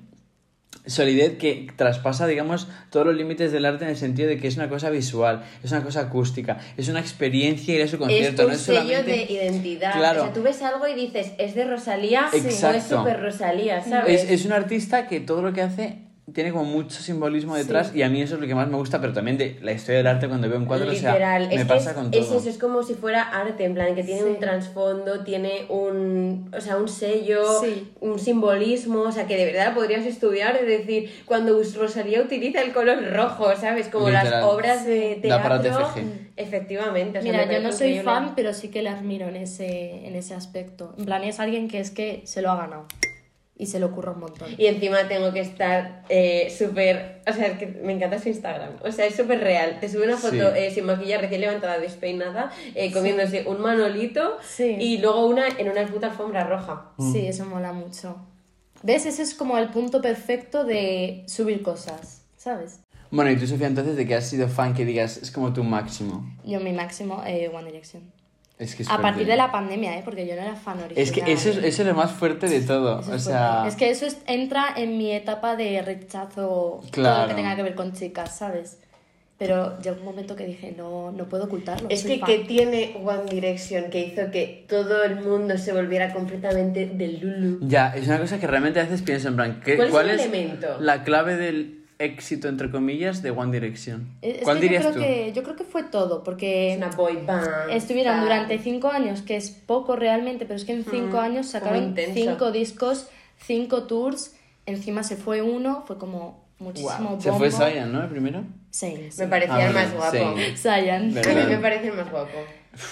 Speaker 3: solidez que traspasa, digamos, todos los límites del arte en el sentido de que es una cosa visual, es una cosa acústica, es una experiencia ir a su
Speaker 2: es
Speaker 3: concierto,
Speaker 2: un
Speaker 3: no es
Speaker 2: sello
Speaker 3: solamente...
Speaker 2: de identidad.
Speaker 3: Claro.
Speaker 2: O sea, tú ves algo y dices, ¿es de Rosalía?
Speaker 3: Exacto.
Speaker 2: O es super Rosalía,
Speaker 4: Mm.
Speaker 2: ¿sabes?
Speaker 3: es, es un artista que todo lo que hace tiene como mucho simbolismo detrás y a mí eso es lo que más me gusta, pero también de la historia del arte cuando veo un cuadro,
Speaker 2: Literal.
Speaker 3: o sea, me
Speaker 2: es
Speaker 3: pasa
Speaker 2: que es,
Speaker 3: con
Speaker 2: es
Speaker 3: todo.
Speaker 2: eso, es como si fuera arte, en plan, que tiene
Speaker 4: Sí.
Speaker 2: un trasfondo, tiene un, o sea, un sello,
Speaker 4: Sí.
Speaker 2: un simbolismo, o sea, que de verdad podrías estudiar y decir, cuando Us- Rosalía utiliza el color rojo, ¿sabes? Como
Speaker 3: Literal.
Speaker 2: las obras de
Speaker 3: Da para
Speaker 2: teatro.
Speaker 3: TFG.
Speaker 2: Efectivamente. o sea, me
Speaker 4: Mira, yo
Speaker 2: parece
Speaker 4: no soy
Speaker 2: increíble.
Speaker 4: fan, pero sí que la admiro en ese, en ese aspecto. En plan, es alguien que es que se lo ha ganado. Y y se le ocurra un montón.
Speaker 2: Y encima tengo que estar eh, súper. O sea, es que me encanta su Instagram. O sea, es súper real. Te sube una foto
Speaker 3: Sí.
Speaker 2: eh, sin maquillar, recién levantada, despeinada, eh, comiéndose un manolito
Speaker 4: Sí.
Speaker 2: y luego una en una puta alfombra roja.
Speaker 4: Sí, eso mola mucho. ¿Ves? Ese es como el punto perfecto de subir cosas, ¿sabes?
Speaker 3: Bueno, y tú, Sofía, entonces, de que has sido fan que digas, es como tu máximo.
Speaker 4: Yo mi máximo, eh, One Direction.
Speaker 3: Es que es
Speaker 4: A partir
Speaker 3: fuerte.
Speaker 4: de la pandemia, ¿eh? Porque yo no era fan original.
Speaker 3: Es que eso es, eso es lo más fuerte de todo.
Speaker 4: Eso
Speaker 3: o
Speaker 4: es
Speaker 3: sea.
Speaker 4: fuerte. Es que eso es- entra en mi etapa de rechazo todo lo
Speaker 3: Claro.
Speaker 4: que tenga que ver con chicas, ¿sabes? Pero llegó un momento que dije, no, no puedo ocultarlo.
Speaker 2: Es
Speaker 4: soy
Speaker 2: que,
Speaker 4: fan.
Speaker 2: ¿qué tiene One Direction que hizo que todo el mundo se volviera completamente del Lulu?
Speaker 3: Ya, es una cosa que realmente a veces pienso en plan, ¿qué-
Speaker 2: ¿Cuál
Speaker 3: ¿cuál,
Speaker 2: es el
Speaker 3: es
Speaker 2: elemento?
Speaker 3: la clave del éxito, entre comillas, de One Direction?
Speaker 4: Es- es
Speaker 3: ¿Cuál
Speaker 4: que yo
Speaker 3: dirías
Speaker 4: creo
Speaker 3: tú?
Speaker 4: que- yo creo que fue todo, porque
Speaker 2: Es una boy band.
Speaker 4: estuvieron
Speaker 2: tal.
Speaker 4: durante cinco años, que es poco realmente, pero es que en cinco años
Speaker 2: Mm, muy
Speaker 4: sacaron
Speaker 2: intenso.
Speaker 4: cinco discos, cinco tours, encima se fue uno, fue como muchísimo bombo.
Speaker 3: Se fue Zion, ¿no? El primero.
Speaker 4: Zayn, sí.
Speaker 2: Me parecía
Speaker 3: Ah,
Speaker 2: el más
Speaker 3: sí.
Speaker 2: guapo.
Speaker 4: Zayn.
Speaker 2: A mí
Speaker 3: ¿Verdad?
Speaker 2: me parece el más guapo.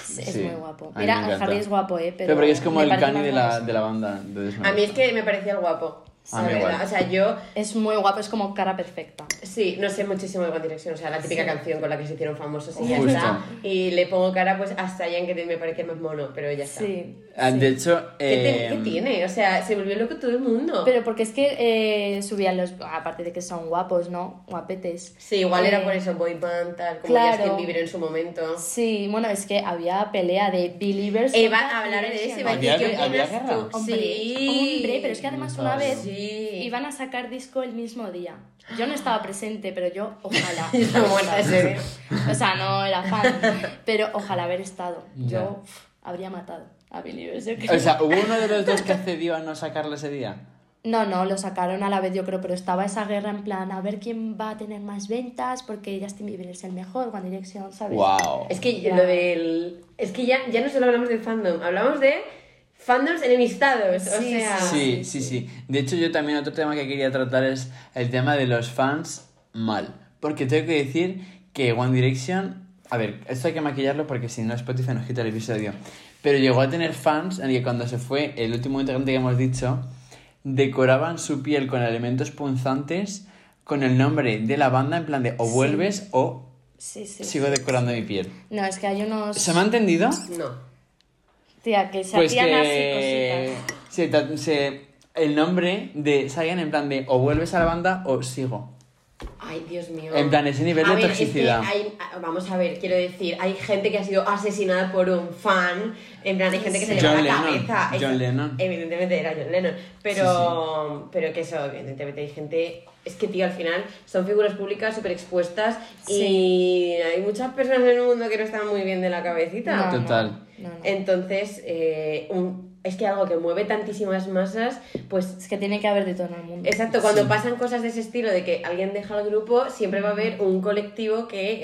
Speaker 4: Sí, es
Speaker 3: Sí.
Speaker 4: muy guapo.
Speaker 3: A mí
Speaker 4: Mira,
Speaker 3: me encanta.
Speaker 4: Harry es guapo, ¿eh? Pero,
Speaker 3: Pero porque es como
Speaker 4: me
Speaker 3: el
Speaker 4: parece
Speaker 3: cani
Speaker 4: más
Speaker 3: de
Speaker 4: guapo
Speaker 3: la,
Speaker 4: ese.
Speaker 3: de la banda. entonces me
Speaker 2: A mí es
Speaker 3: gusta.
Speaker 2: que me parecía el guapo. la
Speaker 3: A mí
Speaker 2: verdad.
Speaker 3: igual.
Speaker 2: O sea, yo
Speaker 4: Es muy guapo, es como cara perfecta.
Speaker 2: Sí, no sé muchísimo de One Direction, o sea, la típica canción con la que se hicieron famosos y ya
Speaker 3: Justo.
Speaker 2: está. Y le pongo cara pues a Sayan, que me parece el más mono, pero ya está.
Speaker 4: Sí.
Speaker 3: Ah,
Speaker 4: sí.
Speaker 3: De hecho,
Speaker 2: ¿Qué, te-
Speaker 3: eh,
Speaker 2: qué tiene? O sea, se volvió loco todo el mundo.
Speaker 4: Pero porque es que eh, subían los... Aparte de que son guapos, ¿no? Guapetes.
Speaker 2: sí, igual
Speaker 4: Eh,
Speaker 2: era por eso boy band, tal, como
Speaker 4: claro.
Speaker 2: Justin Bieber en su momento.
Speaker 4: Sí, bueno, es que había pelea de believers.
Speaker 2: Eva,
Speaker 4: contra
Speaker 2: hablar de eso,
Speaker 4: Direction.
Speaker 2: Eva, ¿y
Speaker 3: Había-
Speaker 2: ¿qué
Speaker 3: había
Speaker 2: opinas
Speaker 3: guerra.
Speaker 2: tú?
Speaker 4: Hombre,
Speaker 2: Sí.
Speaker 4: hombre, pero es que además una
Speaker 3: Claro.
Speaker 4: vez
Speaker 2: Sí.
Speaker 4: iban a sacar disco el mismo día. Yo no estaba presente, pero yo ojalá.
Speaker 2: Está muerta de sed.
Speaker 4: o sea, no era fan, pero ojalá haber estado. Yo
Speaker 3: Ya.
Speaker 4: pf, habría matado a Believers, yo creo.
Speaker 3: O sea, ¿hubo uno de los dos que accedió a no sacarlo ese día?
Speaker 4: No, no, lo sacaron a la vez, yo creo, pero estaba esa guerra en plan a ver quién va a tener más ventas, porque Justin Bieber es el mejor, One Direction, ¿sabes?
Speaker 3: ¡Wow!
Speaker 2: Es que
Speaker 4: Ya.
Speaker 2: lo del. Es que ya, ya no solo hablamos de fandom, hablamos de fandoms enemistados. o
Speaker 4: Sí,
Speaker 2: sea.
Speaker 3: Sí, sí, sí. De hecho, yo también otro tema que quería tratar es el tema de los fans mal. Porque tengo que decir que One Direction... A ver, esto hay que maquillarlo porque si no Spotify nos quita el episodio. Pero llegó a tener fans en el que cuando se fue el último integrante que hemos dicho, decoraban su piel con elementos punzantes con el nombre de la banda en plan de o vuelves o
Speaker 4: Sí, sí.
Speaker 3: sigo decorando mi piel.
Speaker 4: No, es que hay unos...
Speaker 3: ¿Se me ha entendido?
Speaker 2: No.
Speaker 4: Tía, que se
Speaker 3: Pues
Speaker 4: hacían
Speaker 3: que
Speaker 4: así cositas.
Speaker 3: se, ta- se- el nombre de Sagan en plan de o vuelves a la banda o sigo.
Speaker 2: Ay, Dios mío.
Speaker 3: En plan, ese nivel
Speaker 2: A
Speaker 3: de
Speaker 2: ver, es que
Speaker 3: toxicidad.
Speaker 2: hay- a- vamos a ver, quiero decir, hay gente que ha sido asesinada por un fan. En plan, hay gente que se le va la
Speaker 3: John Lennon,
Speaker 2: cabeza.
Speaker 3: John Lennon.
Speaker 2: Evidentemente era John Lennon. Pero, pero que eso, evidentemente hay gente. Es que, tío, al final son figuras públicas súper expuestas y hay muchas personas en el mundo que no están muy bien de la cabecita.
Speaker 4: No, no,
Speaker 3: Total.
Speaker 4: no, no.
Speaker 2: Entonces, eh, un- es que algo que mueve tantísimas masas, pues
Speaker 4: Es que tiene que haber de todo en el mundo.
Speaker 2: Exacto, cuando pasan cosas de ese estilo, de que alguien deja el grupo, siempre va a haber un colectivo que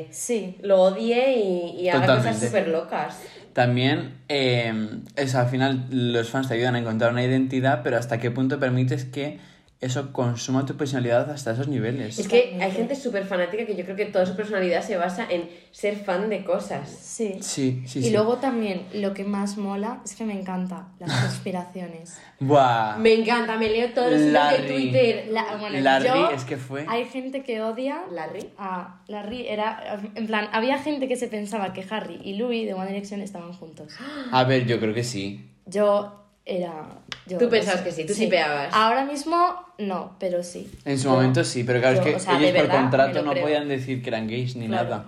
Speaker 2: eh,
Speaker 4: Sí.
Speaker 2: lo odie y, y haga cosas
Speaker 3: Totalmente.
Speaker 2: súper locas.
Speaker 3: También, eh, es, al final los fans te ayudan a encontrar una identidad, pero hasta qué punto permites que eso consuma tu personalidad hasta esos niveles.
Speaker 2: Es que hay
Speaker 4: Totalmente.
Speaker 2: gente súper fanática que yo creo que toda su personalidad se basa en ser fan de cosas.
Speaker 4: Sí.
Speaker 3: Sí, sí,
Speaker 4: y
Speaker 3: sí.
Speaker 4: luego también lo que más mola es que me encanta las conspiraciones.
Speaker 3: Buah.
Speaker 2: Me encanta, me leo todos los hilos de
Speaker 3: Ah. Larry.
Speaker 2: Twitter.
Speaker 4: La, bueno,
Speaker 3: Larry,
Speaker 4: yo-
Speaker 3: es que fue-
Speaker 4: Hay gente que odia
Speaker 2: Larry.
Speaker 4: a Larry. Era, en plan, había gente que se pensaba que Harry y Louis de One Direction estaban juntos.
Speaker 3: A ver, yo creo que sí.
Speaker 4: Yo era. yo-
Speaker 2: Tú pensabas que sí, tú sipeabas.
Speaker 4: Ahora mismo no, pero sí.
Speaker 3: En su
Speaker 4: Yo-
Speaker 3: momento sí, pero claro,
Speaker 4: yo,
Speaker 3: es que
Speaker 4: o sea,
Speaker 3: ellos
Speaker 4: de
Speaker 3: por
Speaker 4: verdad, me
Speaker 3: contrato
Speaker 4: lo
Speaker 3: no
Speaker 4: creo.
Speaker 3: podían decir que eran gays ni
Speaker 4: Claro.
Speaker 3: nada.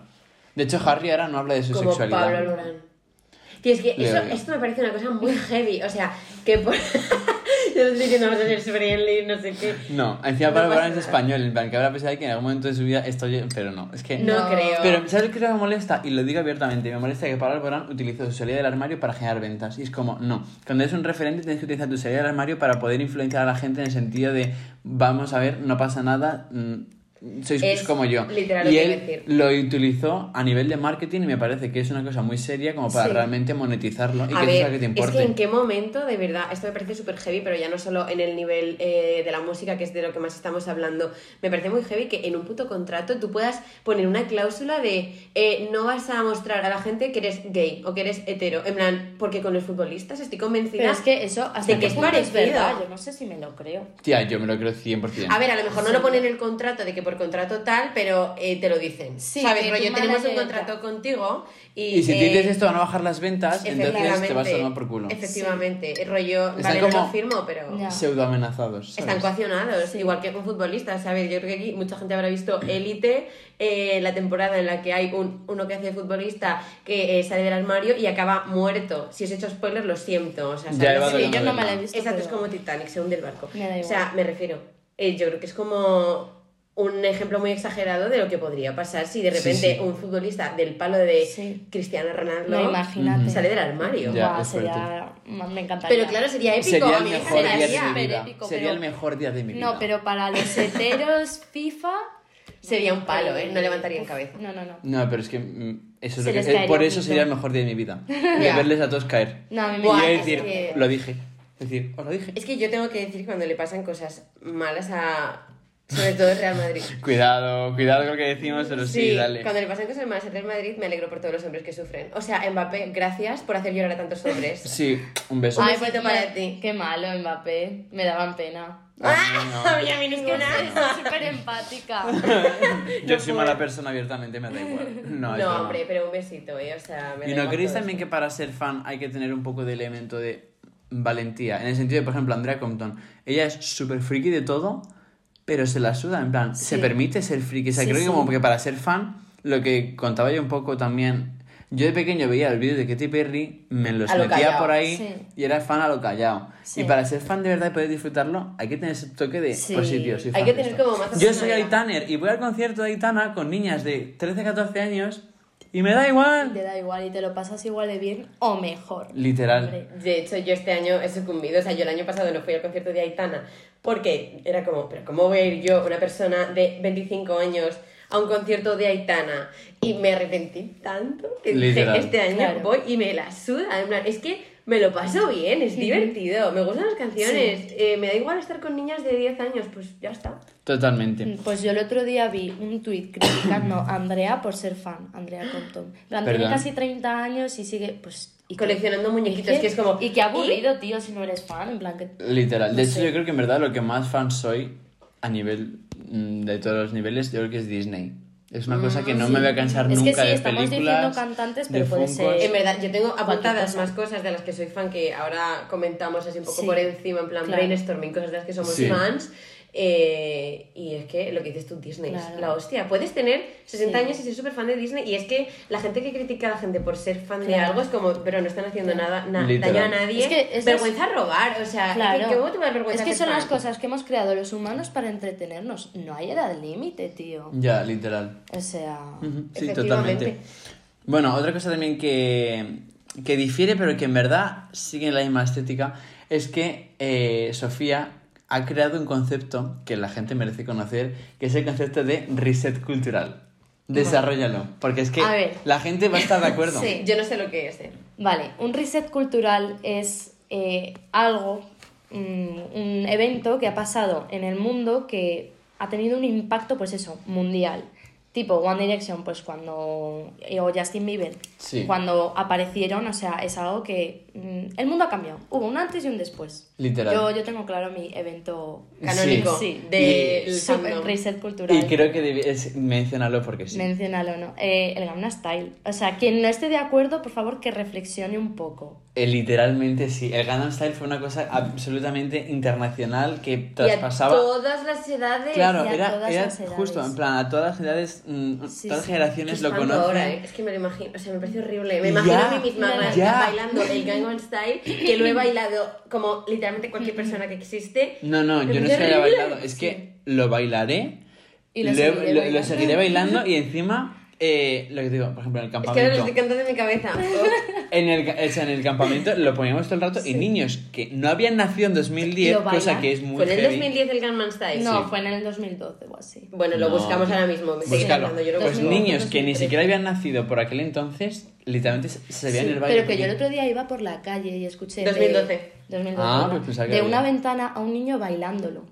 Speaker 3: De hecho, Harry ahora no habla de su
Speaker 2: Como
Speaker 3: sexualidad.
Speaker 2: Pablo Alborán. Tío, es que
Speaker 3: Le
Speaker 2: eso,
Speaker 3: odio.
Speaker 2: esto me parece una cosa muy heavy. O sea, que por. yo no estoy diciendo vamos a ser friendly, no sé qué.
Speaker 3: No, encima
Speaker 2: No
Speaker 3: Pablo
Speaker 2: pasa
Speaker 3: Alborán es
Speaker 2: nada.
Speaker 3: español, en plan que habrá pensado que en algún momento de su vida estoy... Pero no, es que...
Speaker 2: No,
Speaker 4: No.
Speaker 2: creo.
Speaker 3: Pero ¿sabes lo que me molesta? Y lo digo abiertamente, me molesta que Pablo Alborán utilizó su salida del armario para generar ventas. Y es como, no, cuando eres un referente tienes que utilizar tu salida del armario para poder influenciar a la gente en el sentido de, vamos a ver, no pasa nada, mm, sois
Speaker 2: Es
Speaker 3: como yo.
Speaker 2: literal lo
Speaker 3: y
Speaker 2: que
Speaker 3: él
Speaker 2: iba a decir.
Speaker 3: lo utilizó a nivel de marketing y me parece que es una cosa muy seria como para
Speaker 2: Sí.
Speaker 3: realmente monetizarlo y
Speaker 2: A
Speaker 3: que eso es
Speaker 2: ver,
Speaker 3: lo que te
Speaker 2: es
Speaker 3: importe.
Speaker 2: que en qué momento, de verdad, esto me parece súper heavy, pero ya no solo en el nivel eh, de la música, que es de lo que más estamos hablando, me parece muy heavy que en un puto contrato tú puedas poner una cláusula de eh, no vas a mostrar a la gente que eres gay o que eres hetero, en plan, porque con los futbolistas estoy convencida...
Speaker 4: Pero es que eso hasta
Speaker 2: de
Speaker 4: qué
Speaker 2: que es
Speaker 4: punto es
Speaker 2: parecido.
Speaker 4: verdad, yo no sé si me lo creo.
Speaker 3: Tía, yo me lo creo 100%.
Speaker 2: A ver, a lo mejor no lo ponen en el contrato de que por contrato tal, pero eh, te lo dicen.
Speaker 4: Sí,
Speaker 2: ¿Sabes?
Speaker 4: que
Speaker 2: Pero
Speaker 4: tu
Speaker 2: yo tenemos un
Speaker 4: manager-
Speaker 2: contrato contigo y.
Speaker 3: y si
Speaker 2: eh,
Speaker 3: tú dices esto van a bajar las ventas, entonces te
Speaker 2: efectivamente,
Speaker 3: vas a tomar por culo.
Speaker 2: Efectivamente. El rollo.
Speaker 3: Están
Speaker 2: vale, no
Speaker 3: como-
Speaker 2: lo firmo, pero.
Speaker 4: Ya.
Speaker 3: Pseudo amenazados.
Speaker 2: Están coaccionados, igual que con futbolistas, ¿sabes? Yo creo que aquí mucha gente habrá visto Élite, eh, la temporada en la que hay un, uno que hace futbolista que eh, sale del armario y acaba muerto. Si os he hecho spoiler, lo siento. O sea,
Speaker 3: Ya
Speaker 2: ¿sabes?
Speaker 3: he
Speaker 4: Sí,
Speaker 3: Madre
Speaker 4: yo no me
Speaker 3: mía.
Speaker 4: la he visto.
Speaker 2: Exacto, es
Speaker 4: pero-
Speaker 2: como Titanic, se hunde el barco.
Speaker 4: Me da
Speaker 2: O sea,
Speaker 4: igual.
Speaker 2: me refiero. eh, yo creo que es como un ejemplo muy exagerado de lo que podría pasar si de
Speaker 3: Sí,
Speaker 2: repente
Speaker 3: sí.
Speaker 2: un futbolista del palo de
Speaker 4: Sí.
Speaker 2: Cristiano
Speaker 4: No,
Speaker 2: Ronaldo
Speaker 4: imagínate.
Speaker 2: sale del armario.
Speaker 3: Ya,
Speaker 4: Buah,
Speaker 3: es fuerte.
Speaker 4: sería- Me encantaría.
Speaker 2: Pero claro, sería épico.
Speaker 3: Sería
Speaker 2: a
Speaker 3: el
Speaker 2: mí me
Speaker 3: mejor día
Speaker 2: encantaría.
Speaker 3: de mi
Speaker 4: Sería
Speaker 3: vida.
Speaker 4: épico,
Speaker 3: Sería
Speaker 4: pero-
Speaker 3: el mejor día de mi vida.
Speaker 4: No, pero para los heteros FIFA...
Speaker 2: Sería un palo, ¿eh? No levantarían
Speaker 4: Uf,
Speaker 2: cabeza.
Speaker 4: No, no, no.
Speaker 3: No, pero es que mm, eso es
Speaker 4: Se
Speaker 3: lo que-
Speaker 4: les
Speaker 3: eh,
Speaker 4: caería
Speaker 3: por
Speaker 4: un
Speaker 3: eso
Speaker 4: pito.
Speaker 3: sería el mejor día de mi vida. De
Speaker 2: Ya.
Speaker 3: verles a todos caer.
Speaker 4: No, a mí me
Speaker 2: Buah,
Speaker 3: y yo
Speaker 2: es
Speaker 3: decir,
Speaker 2: que-
Speaker 3: lo dije. Es decir, os lo dije.
Speaker 2: Es que yo tengo que decir que cuando le pasan cosas malas a. Sobre todo el Real Madrid.
Speaker 3: Cuidado, cuidado con lo que decimos, pero sí, dale.
Speaker 2: cuando le pasan cosas malas al Real Madrid, me alegro por todos los hombres que sufren. O sea, Mbappé, gracias por hacer llorar a tantos hombres.
Speaker 3: Sí, un beso.
Speaker 2: Ay,
Speaker 4: Ay,
Speaker 2: besito
Speaker 4: pues
Speaker 2: para ti.
Speaker 4: Qué malo, Mbappé. Me daban pena.
Speaker 2: ¡Ah! Mira,
Speaker 4: Es que
Speaker 2: minúscula.
Speaker 4: súper empática.
Speaker 3: Yo soy mala persona abiertamente, me da igual. No,
Speaker 2: No,
Speaker 3: es broma.
Speaker 2: hombre, pero un besito, ¿eh? O sea, me da
Speaker 3: ¿Y no
Speaker 2: igual
Speaker 3: creéis
Speaker 2: todo
Speaker 3: también
Speaker 2: esto.
Speaker 3: que para ser fan hay que tener un poco de elemento de valentía? En el sentido de, por ejemplo, Andrea Compton. Ella es súper friki de todo, pero se la suda, en plan, se
Speaker 4: Sí.
Speaker 3: permite ser friki. O sea,
Speaker 4: Sí,
Speaker 3: creo
Speaker 4: sí.
Speaker 3: que como que para ser fan, lo que contaba yo un poco también... Yo de pequeño veía el vídeo de Katy Perry, me los
Speaker 2: A lo
Speaker 3: metía
Speaker 2: callao,
Speaker 3: por ahí
Speaker 4: sí.
Speaker 3: y era fan a lo callado.
Speaker 4: Sí.
Speaker 3: Y para ser fan de verdad y poder disfrutarlo, hay que tener ese toque de
Speaker 4: Sí.
Speaker 3: positivo. soy
Speaker 2: Hay
Speaker 3: fan
Speaker 2: que
Speaker 3: de
Speaker 2: tener
Speaker 3: esto.
Speaker 2: como más
Speaker 3: Yo soy
Speaker 2: personalidad.
Speaker 3: Aitaner y voy al concierto de Aitana con niñas de 13, 14 años y me da igual.
Speaker 4: Te da igual y te lo pasas igual de bien o mejor.
Speaker 3: Literal.
Speaker 4: Hombre.
Speaker 2: De hecho, yo este año he sucumbido. O sea, yo el año pasado no fui al concierto de Aitana porque era como, pero ¿cómo voy a ir yo, una persona de 25 años, a un concierto de Aitana? Y me arrepentí tanto que dije,
Speaker 3: Literal.
Speaker 2: este año
Speaker 4: Claro.
Speaker 2: voy y me la suda. En plan, es que me lo paso bien, es divertido, me gustan las canciones, eh, me da igual estar con niñas de 10 años, pues ya está.
Speaker 3: Totalmente.
Speaker 4: Pues yo el otro día vi un tuit criticando a Andrea por ser fan, Andrea Compton. En plan, Tiene
Speaker 3: Perdón.
Speaker 4: casi 30 años y sigue, pues... Y
Speaker 2: Y coleccionando muñequitos, que es como...
Speaker 4: Y qué aburrido, tío, si no eres fan, en plan que...
Speaker 3: Literal. De
Speaker 4: No
Speaker 3: hecho,
Speaker 4: sé.
Speaker 3: yo creo que en verdad lo que más fan soy a nivel mm, de todos los niveles, yo creo que es Disney. Es una cosa que no me voy a cansar
Speaker 4: Es que
Speaker 3: nunca
Speaker 4: Mm, sí,
Speaker 3: de
Speaker 4: estamos diciendo
Speaker 3: películas.
Speaker 4: cantantes,
Speaker 3: de
Speaker 4: pero puede
Speaker 3: Funkos.
Speaker 4: ser-
Speaker 2: En verdad, yo tengo
Speaker 4: Cualquier
Speaker 2: apuntadas
Speaker 4: cosa.
Speaker 2: más cosas de las que soy fan que ahora comentamos así un poco
Speaker 4: Sí.
Speaker 2: por encima, en plan
Speaker 4: Claro.
Speaker 2: brainstorming, cosas de las que somos
Speaker 3: Sí.
Speaker 2: fans. Eh, y es que lo que dices tú, Disney, es
Speaker 4: Claro.
Speaker 2: la hostia. Puedes tener 60
Speaker 4: Sí.
Speaker 2: años y ser súper fan de Disney. Y es que la gente que critica a la gente por ser fan de
Speaker 4: Claro.
Speaker 2: algo es como, pero no están haciendo nada, na-
Speaker 3: Literal.
Speaker 2: daño a nadie.
Speaker 4: Es que es
Speaker 2: vergüenza robar, o sea,
Speaker 4: Claro.
Speaker 2: Ah, ¿qué- ¿cómo te va a dar vergüenza?
Speaker 4: es que
Speaker 2: ser
Speaker 4: son las
Speaker 2: fan?
Speaker 4: cosas que hemos creado los humanos para entretenernos. No hay edad límite, tío.
Speaker 3: Ya, literal.
Speaker 4: O sea...
Speaker 3: Ujú, Sí,
Speaker 2: Efectivamente.
Speaker 3: totalmente. Bueno, otra cosa también que, que difiere, pero que en verdad sigue la misma estética, es que eh, Sofía ha creado un concepto que la gente merece conocer, que es el concepto de reset cultural. Desarrollalo, porque es que
Speaker 4: A ver.
Speaker 3: la gente va a estar de acuerdo.
Speaker 2: Sí, yo no sé lo que es. eh.
Speaker 4: Vale, un reset cultural es eh, algo, mm, un evento que ha pasado en el mundo que ha tenido un impacto, pues eso, mundial. Tipo One Direction, pues cuando. eh, o Justin Bieber.
Speaker 3: Sí.
Speaker 4: Cuando aparecieron, o sea, es algo que. mm, el mundo ha cambiado. Hubo un antes y un después.
Speaker 3: Literal.
Speaker 4: Yo, yo tengo claro mi evento.
Speaker 2: Canónico
Speaker 4: Sí.
Speaker 2: del
Speaker 4: super
Speaker 2: fandom.
Speaker 4: reset cultural.
Speaker 3: Y creo que debe- es mencionarlo porque sí.
Speaker 4: Menciónalo, ¿no? Eh, el Gamma Style. O sea, quien no esté de acuerdo, por favor, que reflexione un poco.
Speaker 3: Eh, literalmente sí. El Gangnam Style fue una cosa absolutamente internacional que
Speaker 2: Y a
Speaker 3: traspasaba.
Speaker 2: todas las edades.
Speaker 3: Claro,
Speaker 4: y a
Speaker 3: era,
Speaker 4: todas
Speaker 3: era
Speaker 4: las edades.
Speaker 3: justo, en plan, a todas las edades, mm,
Speaker 4: Sí,
Speaker 3: todas las
Speaker 4: sí.
Speaker 3: generaciones
Speaker 2: Es
Speaker 3: lo
Speaker 2: espanto
Speaker 3: conocen.
Speaker 2: ahora, ¿eh? Es que me lo imagino, o sea, me parece horrible. Me imagino
Speaker 3: Ya,
Speaker 2: a mí misma
Speaker 4: ya,
Speaker 2: ba-
Speaker 3: ya.
Speaker 2: bailando el Gangnam Style, que lo he bailado como literalmente cualquier persona que existe.
Speaker 3: No, no, yo no
Speaker 2: Es
Speaker 3: es que haya
Speaker 2: horrible.
Speaker 3: bailado, es que lo bailaré,
Speaker 4: Y lo
Speaker 3: lo- lo-
Speaker 4: seguiré
Speaker 3: lo
Speaker 4: bailando.
Speaker 3: seguiré bailando y encima eh, lo que te digo, por ejemplo, en el
Speaker 2: Es que ahora lo
Speaker 3: campamento.
Speaker 2: estoy cantando en mi cabeza. Oh.
Speaker 3: En el, ca- o sea, en el campamento lo poníamos todo el rato y niños que no habían nacido en 2010,
Speaker 4: Lo bailan. Pues
Speaker 3: cosa que es muy
Speaker 2: Fue en el
Speaker 3: heavy.
Speaker 2: 2010 el Gunman Style.
Speaker 4: No,
Speaker 3: Sí.
Speaker 4: fue en el 2012 o así.
Speaker 2: Bueno, lo
Speaker 3: No.
Speaker 2: buscamos ahora mismo. Me sigue
Speaker 3: Búscalo.
Speaker 2: hablando, yo lo
Speaker 3: Pues
Speaker 2: busco.
Speaker 3: niños que ni
Speaker 2: 2003.
Speaker 3: siquiera habían nacido por aquel entonces, literalmente se- se veían
Speaker 4: Sí,
Speaker 3: en el baile.
Speaker 4: Pero que yo el
Speaker 3: pequeño.
Speaker 4: otro día iba por la calle y escuché.
Speaker 2: 2012.
Speaker 4: De, 2012,
Speaker 3: Ah,
Speaker 4: ¿no?
Speaker 3: pues pensaba que
Speaker 4: de
Speaker 3: había.
Speaker 4: una ventana a un niño bailándolo.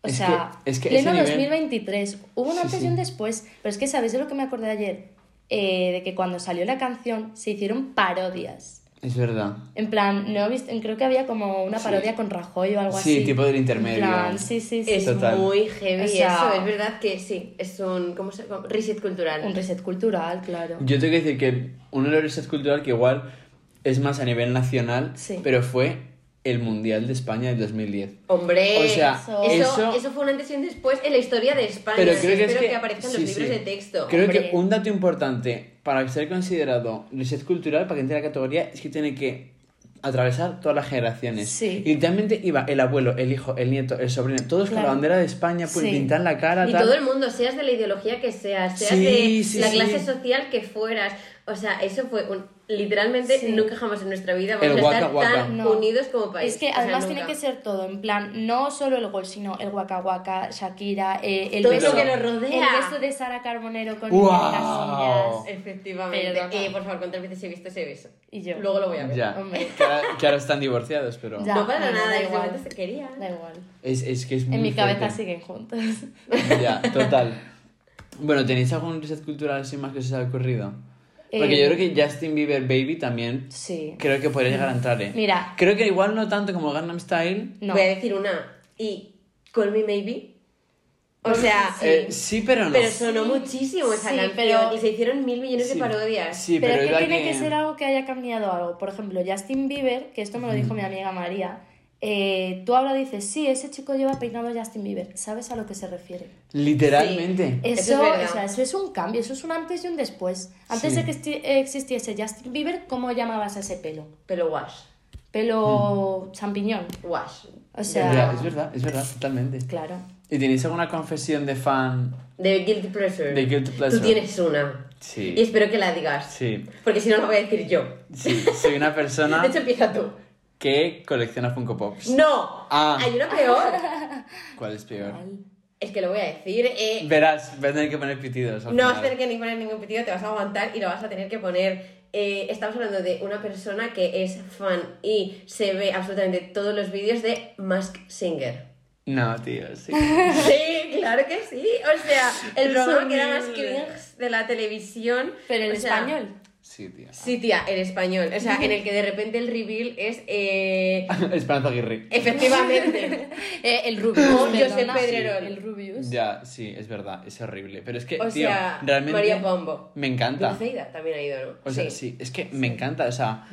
Speaker 4: O
Speaker 3: Es
Speaker 4: sea,
Speaker 3: que- es que
Speaker 4: pleno
Speaker 3: ese nivel-
Speaker 4: 2023. Hubo un
Speaker 3: Sí,
Speaker 4: antes
Speaker 3: sí.
Speaker 4: y un después. Pero es que, ¿sabéis de lo que me acordé ayer? Eh, de que cuando salió la canción se hicieron parodias.
Speaker 3: Es verdad.
Speaker 4: En plan, no he visto- creo que había como una
Speaker 3: Sí.
Speaker 4: parodia con Rajoy o algo
Speaker 3: Sí,
Speaker 4: así.
Speaker 3: tipo del intermedio.
Speaker 4: En plan, sí, sí, sí.
Speaker 2: Es
Speaker 3: Total.
Speaker 2: muy heavy
Speaker 4: O sea-
Speaker 2: eso, es verdad que sí, es un ¿cómo se, cómo- reset cultural.
Speaker 4: Un reset cultural, claro.
Speaker 3: Yo tengo que decir que uno de los resets cultural que igual es más a nivel nacional,
Speaker 4: Sí.
Speaker 3: pero fue el Mundial de España del 2010.
Speaker 2: Hombre,
Speaker 3: O sea,
Speaker 2: eso,
Speaker 3: eso-
Speaker 2: eso fue un antes y un después en la historia de España.
Speaker 3: Pero creo que es
Speaker 2: espero
Speaker 3: que,
Speaker 2: que, aparezcan
Speaker 3: sí,
Speaker 2: los libros
Speaker 3: sí.
Speaker 2: de texto.
Speaker 3: Creo
Speaker 4: hombre.
Speaker 3: que un dato importante para ser considerado reset cultural, para que entre la categoría, es que tiene que atravesar todas las generaciones.
Speaker 4: Sí.
Speaker 3: Y literalmente iba el abuelo, el hijo, el nieto, el sobrino, todos con la
Speaker 4: Claro.
Speaker 3: bandera de España, pues
Speaker 4: Sí.
Speaker 3: pintar la cara,
Speaker 2: Y
Speaker 3: tal.
Speaker 2: todo el mundo, seas de la ideología que seas, seas
Speaker 3: Sí,
Speaker 2: de
Speaker 3: sí,
Speaker 2: la
Speaker 3: sí.
Speaker 2: clase social que fueras. O sea, eso fue un- literalmente
Speaker 4: Sí.
Speaker 2: nunca jamás en nuestra vida vamos
Speaker 3: El
Speaker 2: a
Speaker 3: guaca,
Speaker 2: estar
Speaker 3: guaca.
Speaker 2: tan
Speaker 4: No.
Speaker 2: unidos como país.
Speaker 4: Es que
Speaker 2: O sea,
Speaker 4: además
Speaker 2: nunca.
Speaker 4: tiene que ser todo, en plan, no solo el gol, sino el Waka Waka, Shakira, eh, el
Speaker 2: Todo
Speaker 4: beso
Speaker 2: lo que lo rodea.
Speaker 4: El beso de Sara Carbonero con
Speaker 3: ¡Guau!
Speaker 4: Iker Casillas.
Speaker 2: Efectivamente.
Speaker 4: Perdona.
Speaker 2: Eh, por favor, ¿cuántas veces he visto ese beso?
Speaker 4: Y yo.
Speaker 2: Luego lo voy a ver.
Speaker 3: Ya,
Speaker 4: Hombre.
Speaker 3: que ahora, que ahora están divorciados, pero...
Speaker 4: Ya.
Speaker 2: No para
Speaker 4: bueno,
Speaker 2: nada,
Speaker 4: da
Speaker 2: en ese
Speaker 4: igual.
Speaker 2: momento se quería.
Speaker 4: Da igual.
Speaker 3: Es, es que es muy
Speaker 4: En mi cabeza
Speaker 3: fuerte.
Speaker 4: siguen juntos.
Speaker 3: Ya, total. Bueno, ¿tenéis algún reset cultural así más que os haya ocurrido? Porque
Speaker 4: Eh,
Speaker 3: yo creo que Justin Bieber Baby también
Speaker 4: Sí.
Speaker 3: creo que podría llegar a entrar, ¿eh?
Speaker 4: Mira.
Speaker 3: Creo que igual no tanto como Gangnam Style.
Speaker 4: No.
Speaker 2: Voy a decir una. Y Call Me Maybe. O sea,
Speaker 4: Sí.
Speaker 3: Eh, sí, pero no.
Speaker 2: pero sonó muchísimo esa
Speaker 4: Sí,
Speaker 2: canción.
Speaker 4: pero-
Speaker 2: Y se hicieron mil millones
Speaker 3: Sí.
Speaker 2: de parodias.
Speaker 3: Sí, pero,
Speaker 4: pero
Speaker 3: es la
Speaker 4: que tiene que ser algo que haya cambiado algo. Por ejemplo, Justin Bieber, que esto me lo dijo mi amiga María. eh, tú ahora dices, sí, ese chico lleva peinado Justin Bieber. ¿Sabes a lo que se refiere?
Speaker 3: Literalmente.
Speaker 2: Eso es
Speaker 4: Eso,
Speaker 2: verdad.
Speaker 4: o sea, eso es un cambio, eso es un antes y un después. Antes
Speaker 3: Sí.
Speaker 4: de que esti- eh, existiese Justin Bieber, ¿cómo llamabas a ese pelo?
Speaker 2: Pero wash.
Speaker 3: Mm.
Speaker 4: Pelo champiñón.
Speaker 2: Wash.
Speaker 4: O sea,
Speaker 3: Ya, es verdad, es verdad, totalmente.
Speaker 4: claro.
Speaker 3: ¿Y tenéis alguna confesión de fan?
Speaker 2: De Guilty Pleasure.
Speaker 3: De guilty pleasure.
Speaker 2: Tú tienes una.
Speaker 3: Sí.
Speaker 2: Y espero que la digas.
Speaker 3: Sí, Ah.
Speaker 2: Porque si no, la voy a decir yo.
Speaker 3: sí, soy una persona
Speaker 2: De hecho, empieza tú.
Speaker 3: que colecciona Funko Pops.
Speaker 2: ¡No!
Speaker 3: Ah.
Speaker 2: Hay una peor.
Speaker 3: ¿Cuál es peor?
Speaker 2: es que lo voy a decir. eh,
Speaker 3: Verás, voy a tener que poner pitidos. al
Speaker 2: No vas a
Speaker 3: final.
Speaker 2: tener que ni poner ningún pedido, te vas a aguantar y lo vas a tener que poner. Eh, estamos hablando de una persona que es fan y se ve absolutamente todos los vídeos de Mask Singer.
Speaker 3: No, tío, sí.
Speaker 2: Sí, claro que sí. O sea, el
Speaker 3: Es
Speaker 2: programa que era más
Speaker 3: horrible.
Speaker 2: cringe de la televisión.
Speaker 4: Pero en
Speaker 2: o sea,
Speaker 4: español.
Speaker 3: Sí, tío.
Speaker 2: Sí, tía, en español. O sea, en el que de repente el reveal es. eh,
Speaker 3: Esperanza Aguirre.
Speaker 2: efectivamente.
Speaker 4: Eh, el
Speaker 2: Oh,
Speaker 4: Rubius.
Speaker 2: Josep
Speaker 4: perdona.
Speaker 2: Pedrerol.
Speaker 4: El Rubius.
Speaker 3: Ya, sí, es verdad, es horrible. Pero es que,
Speaker 2: O
Speaker 3: tío,
Speaker 2: sea,
Speaker 3: realmente.
Speaker 2: María Pombo.
Speaker 3: Me encanta.
Speaker 2: Dulceida también ha ido, ¿no?
Speaker 3: O sea, sí. es que me encanta, o sea.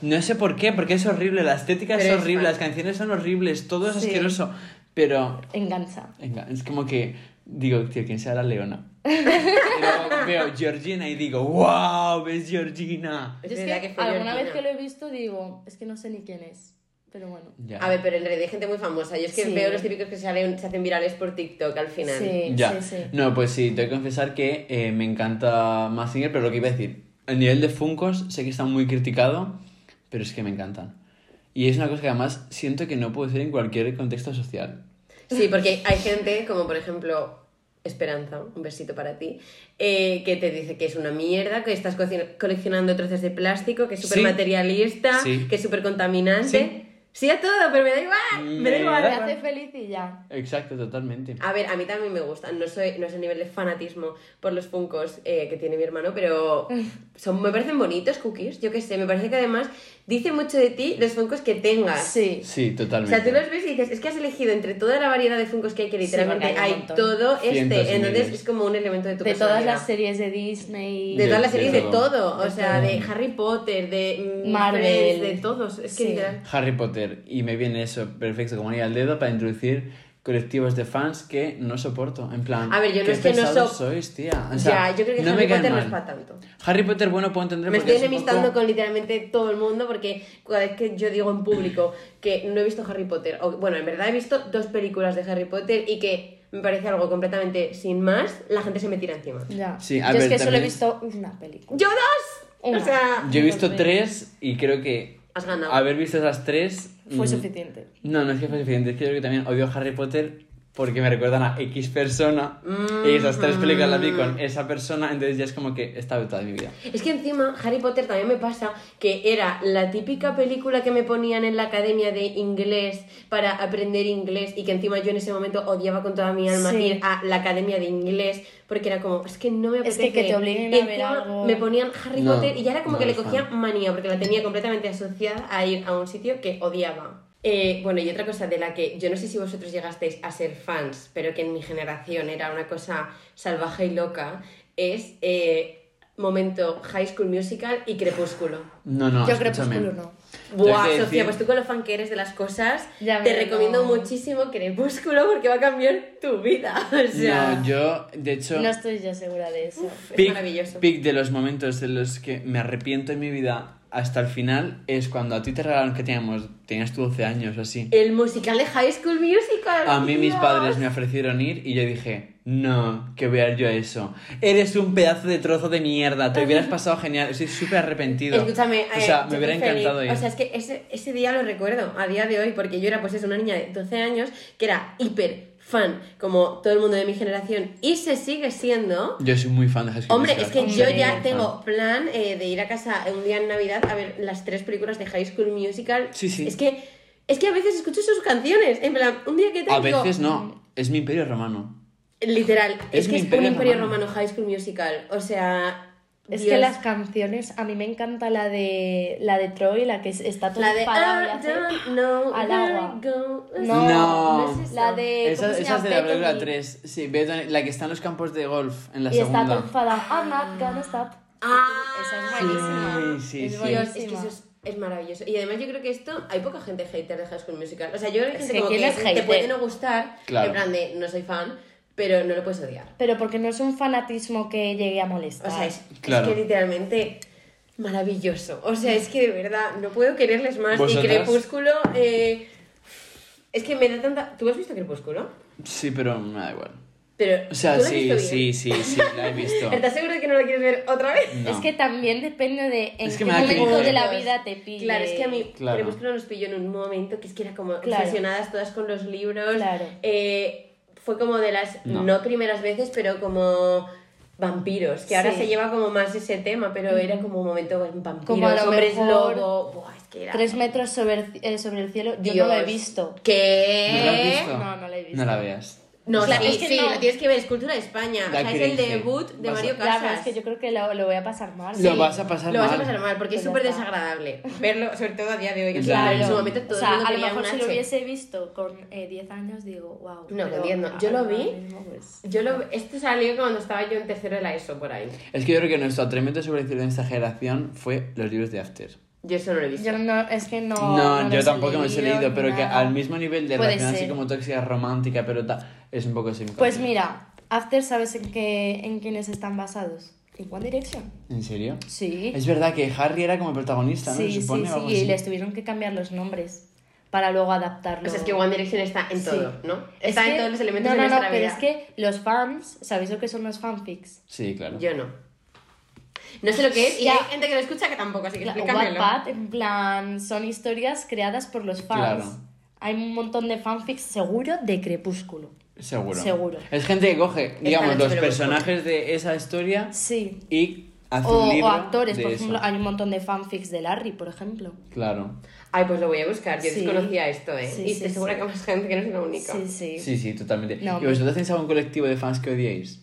Speaker 3: No sé por qué, porque es horrible, la estética
Speaker 2: Pero
Speaker 3: es
Speaker 2: es
Speaker 3: horrible,
Speaker 2: fan.
Speaker 3: las canciones son horribles, todo es
Speaker 4: Sí.
Speaker 3: asqueroso. Pero,
Speaker 4: Engancha.
Speaker 3: venga, es como que digo, tío, ¿quién será Leona? Y luego veo Georgina y digo, wow, ves Georgina.
Speaker 2: Es
Speaker 4: Yo es
Speaker 2: verdad
Speaker 4: que,
Speaker 2: que fue
Speaker 4: alguna vez
Speaker 2: Georgina.
Speaker 4: que lo he visto digo, es que no sé ni quién es. Pero bueno.
Speaker 3: Ya.
Speaker 2: A ver, pero en realidad hay gente muy famosa. Yo es que
Speaker 4: Sí.
Speaker 2: veo los típicos que salen, se hacen virales por TikTok al final.
Speaker 4: Sí,
Speaker 3: Ya.
Speaker 4: sí, sí.
Speaker 3: No, pues sí, tengo que confesar que eh, me encanta Mazinger, pero lo que iba a decir, el nivel de Funkos sé que está muy criticado, pero es que me encantan. Y es una cosa que además siento que no puede ser en cualquier contexto social.
Speaker 2: Sí, porque hay gente, como por ejemplo Esperanza, un besito para ti, eh, que te dice que es una mierda, que estás coci- coleccionando trozos de plástico, que es
Speaker 3: Sí.
Speaker 2: súper materialista,
Speaker 3: Sí.
Speaker 2: que es súper contaminante. Sí. a todo, pero me da igual. Me, da
Speaker 3: Me
Speaker 2: igual.
Speaker 4: Me
Speaker 3: da-
Speaker 4: hace feliz y ya.
Speaker 3: Exacto, totalmente.
Speaker 2: A ver, a mí también me gustan. No soy, no es a nivel de fanatismo por los funcos eh, que tiene mi hermano, pero son, me parecen bonitos cookies. Yo qué sé, me parece que además dice mucho de ti los funcos que tengas.
Speaker 4: Sí.
Speaker 3: Sí,
Speaker 2: O
Speaker 3: totalmente.
Speaker 2: sea, tú los ves y dices, es que has elegido entre toda la variedad de Funkos que hay, que
Speaker 4: Sí,
Speaker 2: literalmente
Speaker 4: porque hay
Speaker 2: hay,
Speaker 4: un montón.
Speaker 2: todo
Speaker 3: Cientos y
Speaker 2: este, entonces
Speaker 3: miles.
Speaker 2: es como un elemento de tu
Speaker 4: De todas las
Speaker 2: personalidad.
Speaker 4: series de Disney.
Speaker 2: De todas
Speaker 3: De-
Speaker 2: las
Speaker 3: de
Speaker 2: series, de
Speaker 3: todo.
Speaker 2: todo, o
Speaker 4: De
Speaker 2: sea,
Speaker 4: todo.
Speaker 2: de Harry Potter, de mm,
Speaker 4: Marvel.
Speaker 2: Friends, de todos, es que
Speaker 4: Sí.
Speaker 2: literal.
Speaker 3: Harry Potter, y me viene eso perfecto como anillo al dedo para introducir colectivos de fans que no soporto. En plan,
Speaker 2: A ver, yo no
Speaker 3: qué
Speaker 2: es que no
Speaker 3: pesados
Speaker 2: so-
Speaker 3: sois, tía. O sea,
Speaker 2: ya, yo creo que
Speaker 3: no
Speaker 2: Harry
Speaker 3: me caen
Speaker 2: Potter no es
Speaker 3: mal.
Speaker 2: para tanto.
Speaker 3: Harry Potter, bueno, puedo entender
Speaker 2: Me
Speaker 3: porque
Speaker 2: estoy
Speaker 3: es un poco-
Speaker 2: enemistando con literalmente todo el mundo porque cada vez que yo digo en público que no he visto Harry Potter, o bueno, en verdad he visto dos películas de Harry Potter y que me parece algo completamente sin más, la gente se me tira encima.
Speaker 4: Ya.
Speaker 3: Sí,
Speaker 4: Yo
Speaker 3: a
Speaker 4: es
Speaker 3: ver,
Speaker 4: que solo he
Speaker 3: también-
Speaker 4: visto una película.
Speaker 2: ¡Yo dos!
Speaker 4: Una.
Speaker 2: O sea,
Speaker 3: Yo he visto tres y creo que
Speaker 2: has ganado.
Speaker 3: haber visto esas tres...
Speaker 4: Fue
Speaker 3: mm,
Speaker 4: suficiente.
Speaker 3: No, no es que fue suficiente, es que yo creo que también odio a Harry Potter porque me recuerdan a X persona y esas tres películas las vi
Speaker 2: Mm.
Speaker 3: con esa persona, entonces ya es como que está de toda mi vida.
Speaker 2: Es que encima Harry Potter también me pasa que era la típica película que me ponían en la academia de inglés para aprender inglés y que encima yo en ese momento odiaba con toda mi alma
Speaker 4: Sí.
Speaker 2: ir a la academia de inglés porque era como, es que no me
Speaker 4: Es
Speaker 2: apetece.
Speaker 4: que que te obliguen
Speaker 2: Y
Speaker 4: a ver
Speaker 2: encima
Speaker 4: algo.
Speaker 2: Me ponían Harry
Speaker 3: No,
Speaker 2: Potter y ya era como
Speaker 3: no
Speaker 2: que le
Speaker 3: eres
Speaker 2: cogía
Speaker 3: fan.
Speaker 2: manía porque la tenía completamente asociada a ir a un sitio que odiaba. Eh, bueno, y otra cosa de la que yo no sé si vosotros llegasteis a ser fans, pero que en mi generación era una cosa salvaje y loca, es eh, momento High School Musical y Crepúsculo.
Speaker 3: No, no,
Speaker 4: Yo
Speaker 3: escúchame.
Speaker 4: Crepúsculo no.
Speaker 2: Buah,
Speaker 3: que
Speaker 2: Sofía,
Speaker 3: decir-
Speaker 2: pues tú con lo fan que eres de las cosas,
Speaker 4: Ya
Speaker 2: te
Speaker 4: veo.
Speaker 2: recomiendo muchísimo Crepúsculo porque va a cambiar tu vida. O sea,
Speaker 3: No, yo, de hecho...
Speaker 4: No estoy yo segura de eso.
Speaker 2: es
Speaker 3: pic,
Speaker 2: maravilloso.
Speaker 3: pic de los momentos de los que me arrepiento en mi vida hasta el final es cuando a ti te regalaron que teníamos, tenías tú 12 años o así.
Speaker 2: el musical de High School Musical.
Speaker 3: A mí mis
Speaker 2: Dios.
Speaker 3: padres me ofrecieron ir y yo dije, no, que voy a ir yo a eso. Eres un pedazo de trozo de mierda, te hubieras pasado genial, estoy súper arrepentido.
Speaker 2: Escúchame,
Speaker 3: o
Speaker 2: eh,
Speaker 3: sea,
Speaker 2: yo
Speaker 3: me hubiera
Speaker 2: fui feliz.
Speaker 3: encantado ir.
Speaker 2: O sea, es que ese, ese día lo recuerdo a día de hoy, porque yo era pues es una niña de 12 años que era hiper fan, como todo el mundo de mi generación, y se sigue siendo.
Speaker 3: Yo soy muy fan de High School
Speaker 2: Hombre,
Speaker 3: Musical.
Speaker 2: es que
Speaker 4: Hombre.
Speaker 2: yo ya
Speaker 3: Muy
Speaker 2: tengo
Speaker 3: fan.
Speaker 2: plan eh, de ir a casa un día en Navidad a ver las tres películas de High School Musical.
Speaker 3: Sí, sí.
Speaker 2: Es que, es que a veces escucho sus canciones. En plan, un día que tal.
Speaker 3: A
Speaker 2: digo,
Speaker 3: veces no, es mi imperio romano.
Speaker 2: Literal, es,
Speaker 3: Es
Speaker 2: que
Speaker 3: mi
Speaker 2: es un
Speaker 3: imperio
Speaker 2: imperio romano.
Speaker 3: romano.
Speaker 2: High School Musical. O sea.
Speaker 4: Es
Speaker 2: Dios.
Speaker 4: que las canciones, a mí me encanta la de la de Troy, la que es- está todo
Speaker 2: La de. ah,
Speaker 4: enfadado y
Speaker 2: I
Speaker 4: hace-
Speaker 2: don't know
Speaker 4: al
Speaker 2: where
Speaker 4: agua.
Speaker 2: it goes.
Speaker 4: No,
Speaker 3: No.
Speaker 2: ¿No es eso?
Speaker 4: la de
Speaker 3: Esa,
Speaker 4: ¿cómo se
Speaker 3: esa es de
Speaker 4: llama?
Speaker 3: la película
Speaker 4: Bethany.
Speaker 3: 3, sí, Bethany, la que está en los campos de golf, en la
Speaker 4: Y
Speaker 3: segunda.
Speaker 4: está todo enfadado. I'm not gonna stop.
Speaker 2: Ah,
Speaker 4: esa es buenísima.
Speaker 3: Sí, sí,
Speaker 4: es
Speaker 3: sí.
Speaker 2: Dios,
Speaker 4: buenísima.
Speaker 2: es que eso es, es maravilloso. Y además yo creo que esto, hay poca gente hater de High School Musical. O sea, yo creo que hay
Speaker 4: Es
Speaker 2: gente
Speaker 4: que
Speaker 2: como
Speaker 4: ¿quién
Speaker 2: que
Speaker 4: es
Speaker 2: te
Speaker 4: hater?
Speaker 2: puede no gustar,
Speaker 3: Claro.
Speaker 2: en plan de no soy fan, pero no lo puedes odiar.
Speaker 4: Pero porque no es un fanatismo que llegue a molestar.
Speaker 2: O sea, es, es
Speaker 3: Claro.
Speaker 2: que literalmente maravilloso. O sea, es que de verdad, no puedo quererles más.
Speaker 3: ¿Vosotras?
Speaker 2: Y Crepúsculo, eh, es que me da tanta... ¿Tú has visto Crepúsculo?
Speaker 3: Sí, pero me da igual.
Speaker 2: Pero,
Speaker 3: O sea,
Speaker 2: ¿tú lo has
Speaker 3: sí,
Speaker 2: visto bien?
Speaker 3: sí, sí, sí, la he visto.
Speaker 2: ¿Estás seguro de que no la quieres ver otra vez?
Speaker 3: No.
Speaker 4: Es que también depende de en
Speaker 3: Es que
Speaker 4: qué
Speaker 3: me da
Speaker 4: momento
Speaker 3: cringe.
Speaker 4: de la vida te pille.
Speaker 2: Claro, es que a mí
Speaker 3: Claro.
Speaker 2: Crepúsculo nos pilló en un momento que es que era como
Speaker 4: Claro.
Speaker 2: obsesionadas todas con los libros.
Speaker 4: Claro.
Speaker 2: Eh, fue como de las, no.
Speaker 3: No.
Speaker 2: primeras veces, pero como vampiros, que ahora
Speaker 4: Sí.
Speaker 2: se lleva como más ese tema, pero era como un momento con vampiros,
Speaker 4: Como a lo
Speaker 2: hombres
Speaker 4: mejor
Speaker 2: lobo, buah, es que era...
Speaker 4: Tres metros sobre el, eh, sobre el cielo, yo
Speaker 2: Dios.
Speaker 4: no lo he visto.
Speaker 2: ¿Qué?
Speaker 3: ¿No la has visto?
Speaker 4: No, no la he visto.
Speaker 3: No la veas.
Speaker 2: No,
Speaker 4: Claro,
Speaker 2: sí,
Speaker 4: es que
Speaker 2: sí,
Speaker 4: no.
Speaker 2: lo tienes que ver, es Cultura de España,
Speaker 3: Da
Speaker 2: o sea, es el
Speaker 3: cringe.
Speaker 2: debut de
Speaker 3: Vas a-
Speaker 2: Mario
Speaker 4: La
Speaker 2: Casas.
Speaker 4: verdad es que yo creo que lo, lo voy a pasar mal.
Speaker 3: Lo vas a pasar
Speaker 2: Lo vas a
Speaker 3: mal.
Speaker 2: pasar mal porque es
Speaker 4: Pues ya
Speaker 2: súper
Speaker 4: está.
Speaker 2: desagradable verlo, sobre todo a día de hoy.
Speaker 3: Claro.
Speaker 2: Claro. En su momento todo
Speaker 4: o
Speaker 2: el
Speaker 4: sea,
Speaker 2: mundo
Speaker 4: a lo
Speaker 2: quería
Speaker 4: mejor
Speaker 2: un
Speaker 4: si lo
Speaker 2: H.
Speaker 4: hubiese visto con eh, 10 años, digo, wow.
Speaker 2: No, con 10 no. Yo lo vi.
Speaker 4: pues".
Speaker 2: Yo lo, esto salió cuando estaba yo en tercero de la ESO por ahí.
Speaker 3: Es que yo creo que nuestro tremendo sobre el cielo de esta generación fue los libros de After.
Speaker 2: Yo eso no lo he visto.
Speaker 4: Yo no, es que no.
Speaker 3: No, yo
Speaker 4: los he
Speaker 3: tampoco me los he leído, pero que
Speaker 4: nada.
Speaker 3: al mismo nivel de
Speaker 4: Puede
Speaker 3: relación así
Speaker 4: ser.
Speaker 3: como tóxica, romántica, pero ta- es un poco similar.
Speaker 4: Pues mira, After, ¿sabes en, qué, en quiénes están basados? ¿En One Direction?
Speaker 3: ¿En serio?
Speaker 4: Sí.
Speaker 3: Es verdad que Harry era como el protagonista, ¿no?
Speaker 4: sí,
Speaker 3: Se supone,
Speaker 4: sí,
Speaker 3: o algo
Speaker 4: sí. Y
Speaker 3: así.
Speaker 4: les tuvieron que cambiar los nombres para luego adaptarlo.
Speaker 2: O sea, Pues es que One Direction está en
Speaker 4: Sí.
Speaker 2: todo, ¿no?
Speaker 4: Es
Speaker 2: Está en
Speaker 4: que-
Speaker 2: todos los elementos
Speaker 4: no,
Speaker 2: de
Speaker 4: no,
Speaker 2: nuestra
Speaker 4: no,
Speaker 2: vida.
Speaker 4: pero es que los fans, ¿sabéis lo que son los fanfics?
Speaker 3: Sí, claro.
Speaker 2: Yo no. No sé lo que es y
Speaker 4: Ya.
Speaker 2: hay gente que lo escucha que tampoco, así que
Speaker 4: La-
Speaker 2: explícamelo.
Speaker 4: Wattpad, en plan, son historias creadas por los fans.
Speaker 3: Claro.
Speaker 4: Hay un montón de fanfics, seguro, de Crepúsculo.
Speaker 3: Seguro.
Speaker 4: Seguro.
Speaker 3: Es gente que coge, digamos,
Speaker 2: noche
Speaker 3: los
Speaker 2: me lo
Speaker 3: personajes de esa historia
Speaker 4: Sí.
Speaker 3: y hace
Speaker 4: O,
Speaker 3: un
Speaker 4: o
Speaker 3: libro
Speaker 4: actores,
Speaker 3: de
Speaker 4: por
Speaker 3: eso.
Speaker 4: ejemplo, hay un montón de fanfics de Larry, por ejemplo.
Speaker 3: Claro.
Speaker 2: Ay, pues lo voy a buscar. Yo
Speaker 4: Sí.
Speaker 2: desconocía esto, ¿eh?
Speaker 4: Sí,
Speaker 2: y
Speaker 4: sí,
Speaker 2: estoy segura
Speaker 4: sí.
Speaker 2: que hay más gente que no es la única.
Speaker 4: Sí, sí.
Speaker 3: Sí, sí, totalmente.
Speaker 4: No,
Speaker 3: ¿Y
Speaker 2: pues
Speaker 4: me-
Speaker 3: vosotros tenéis algún colectivo de fans que odiéis?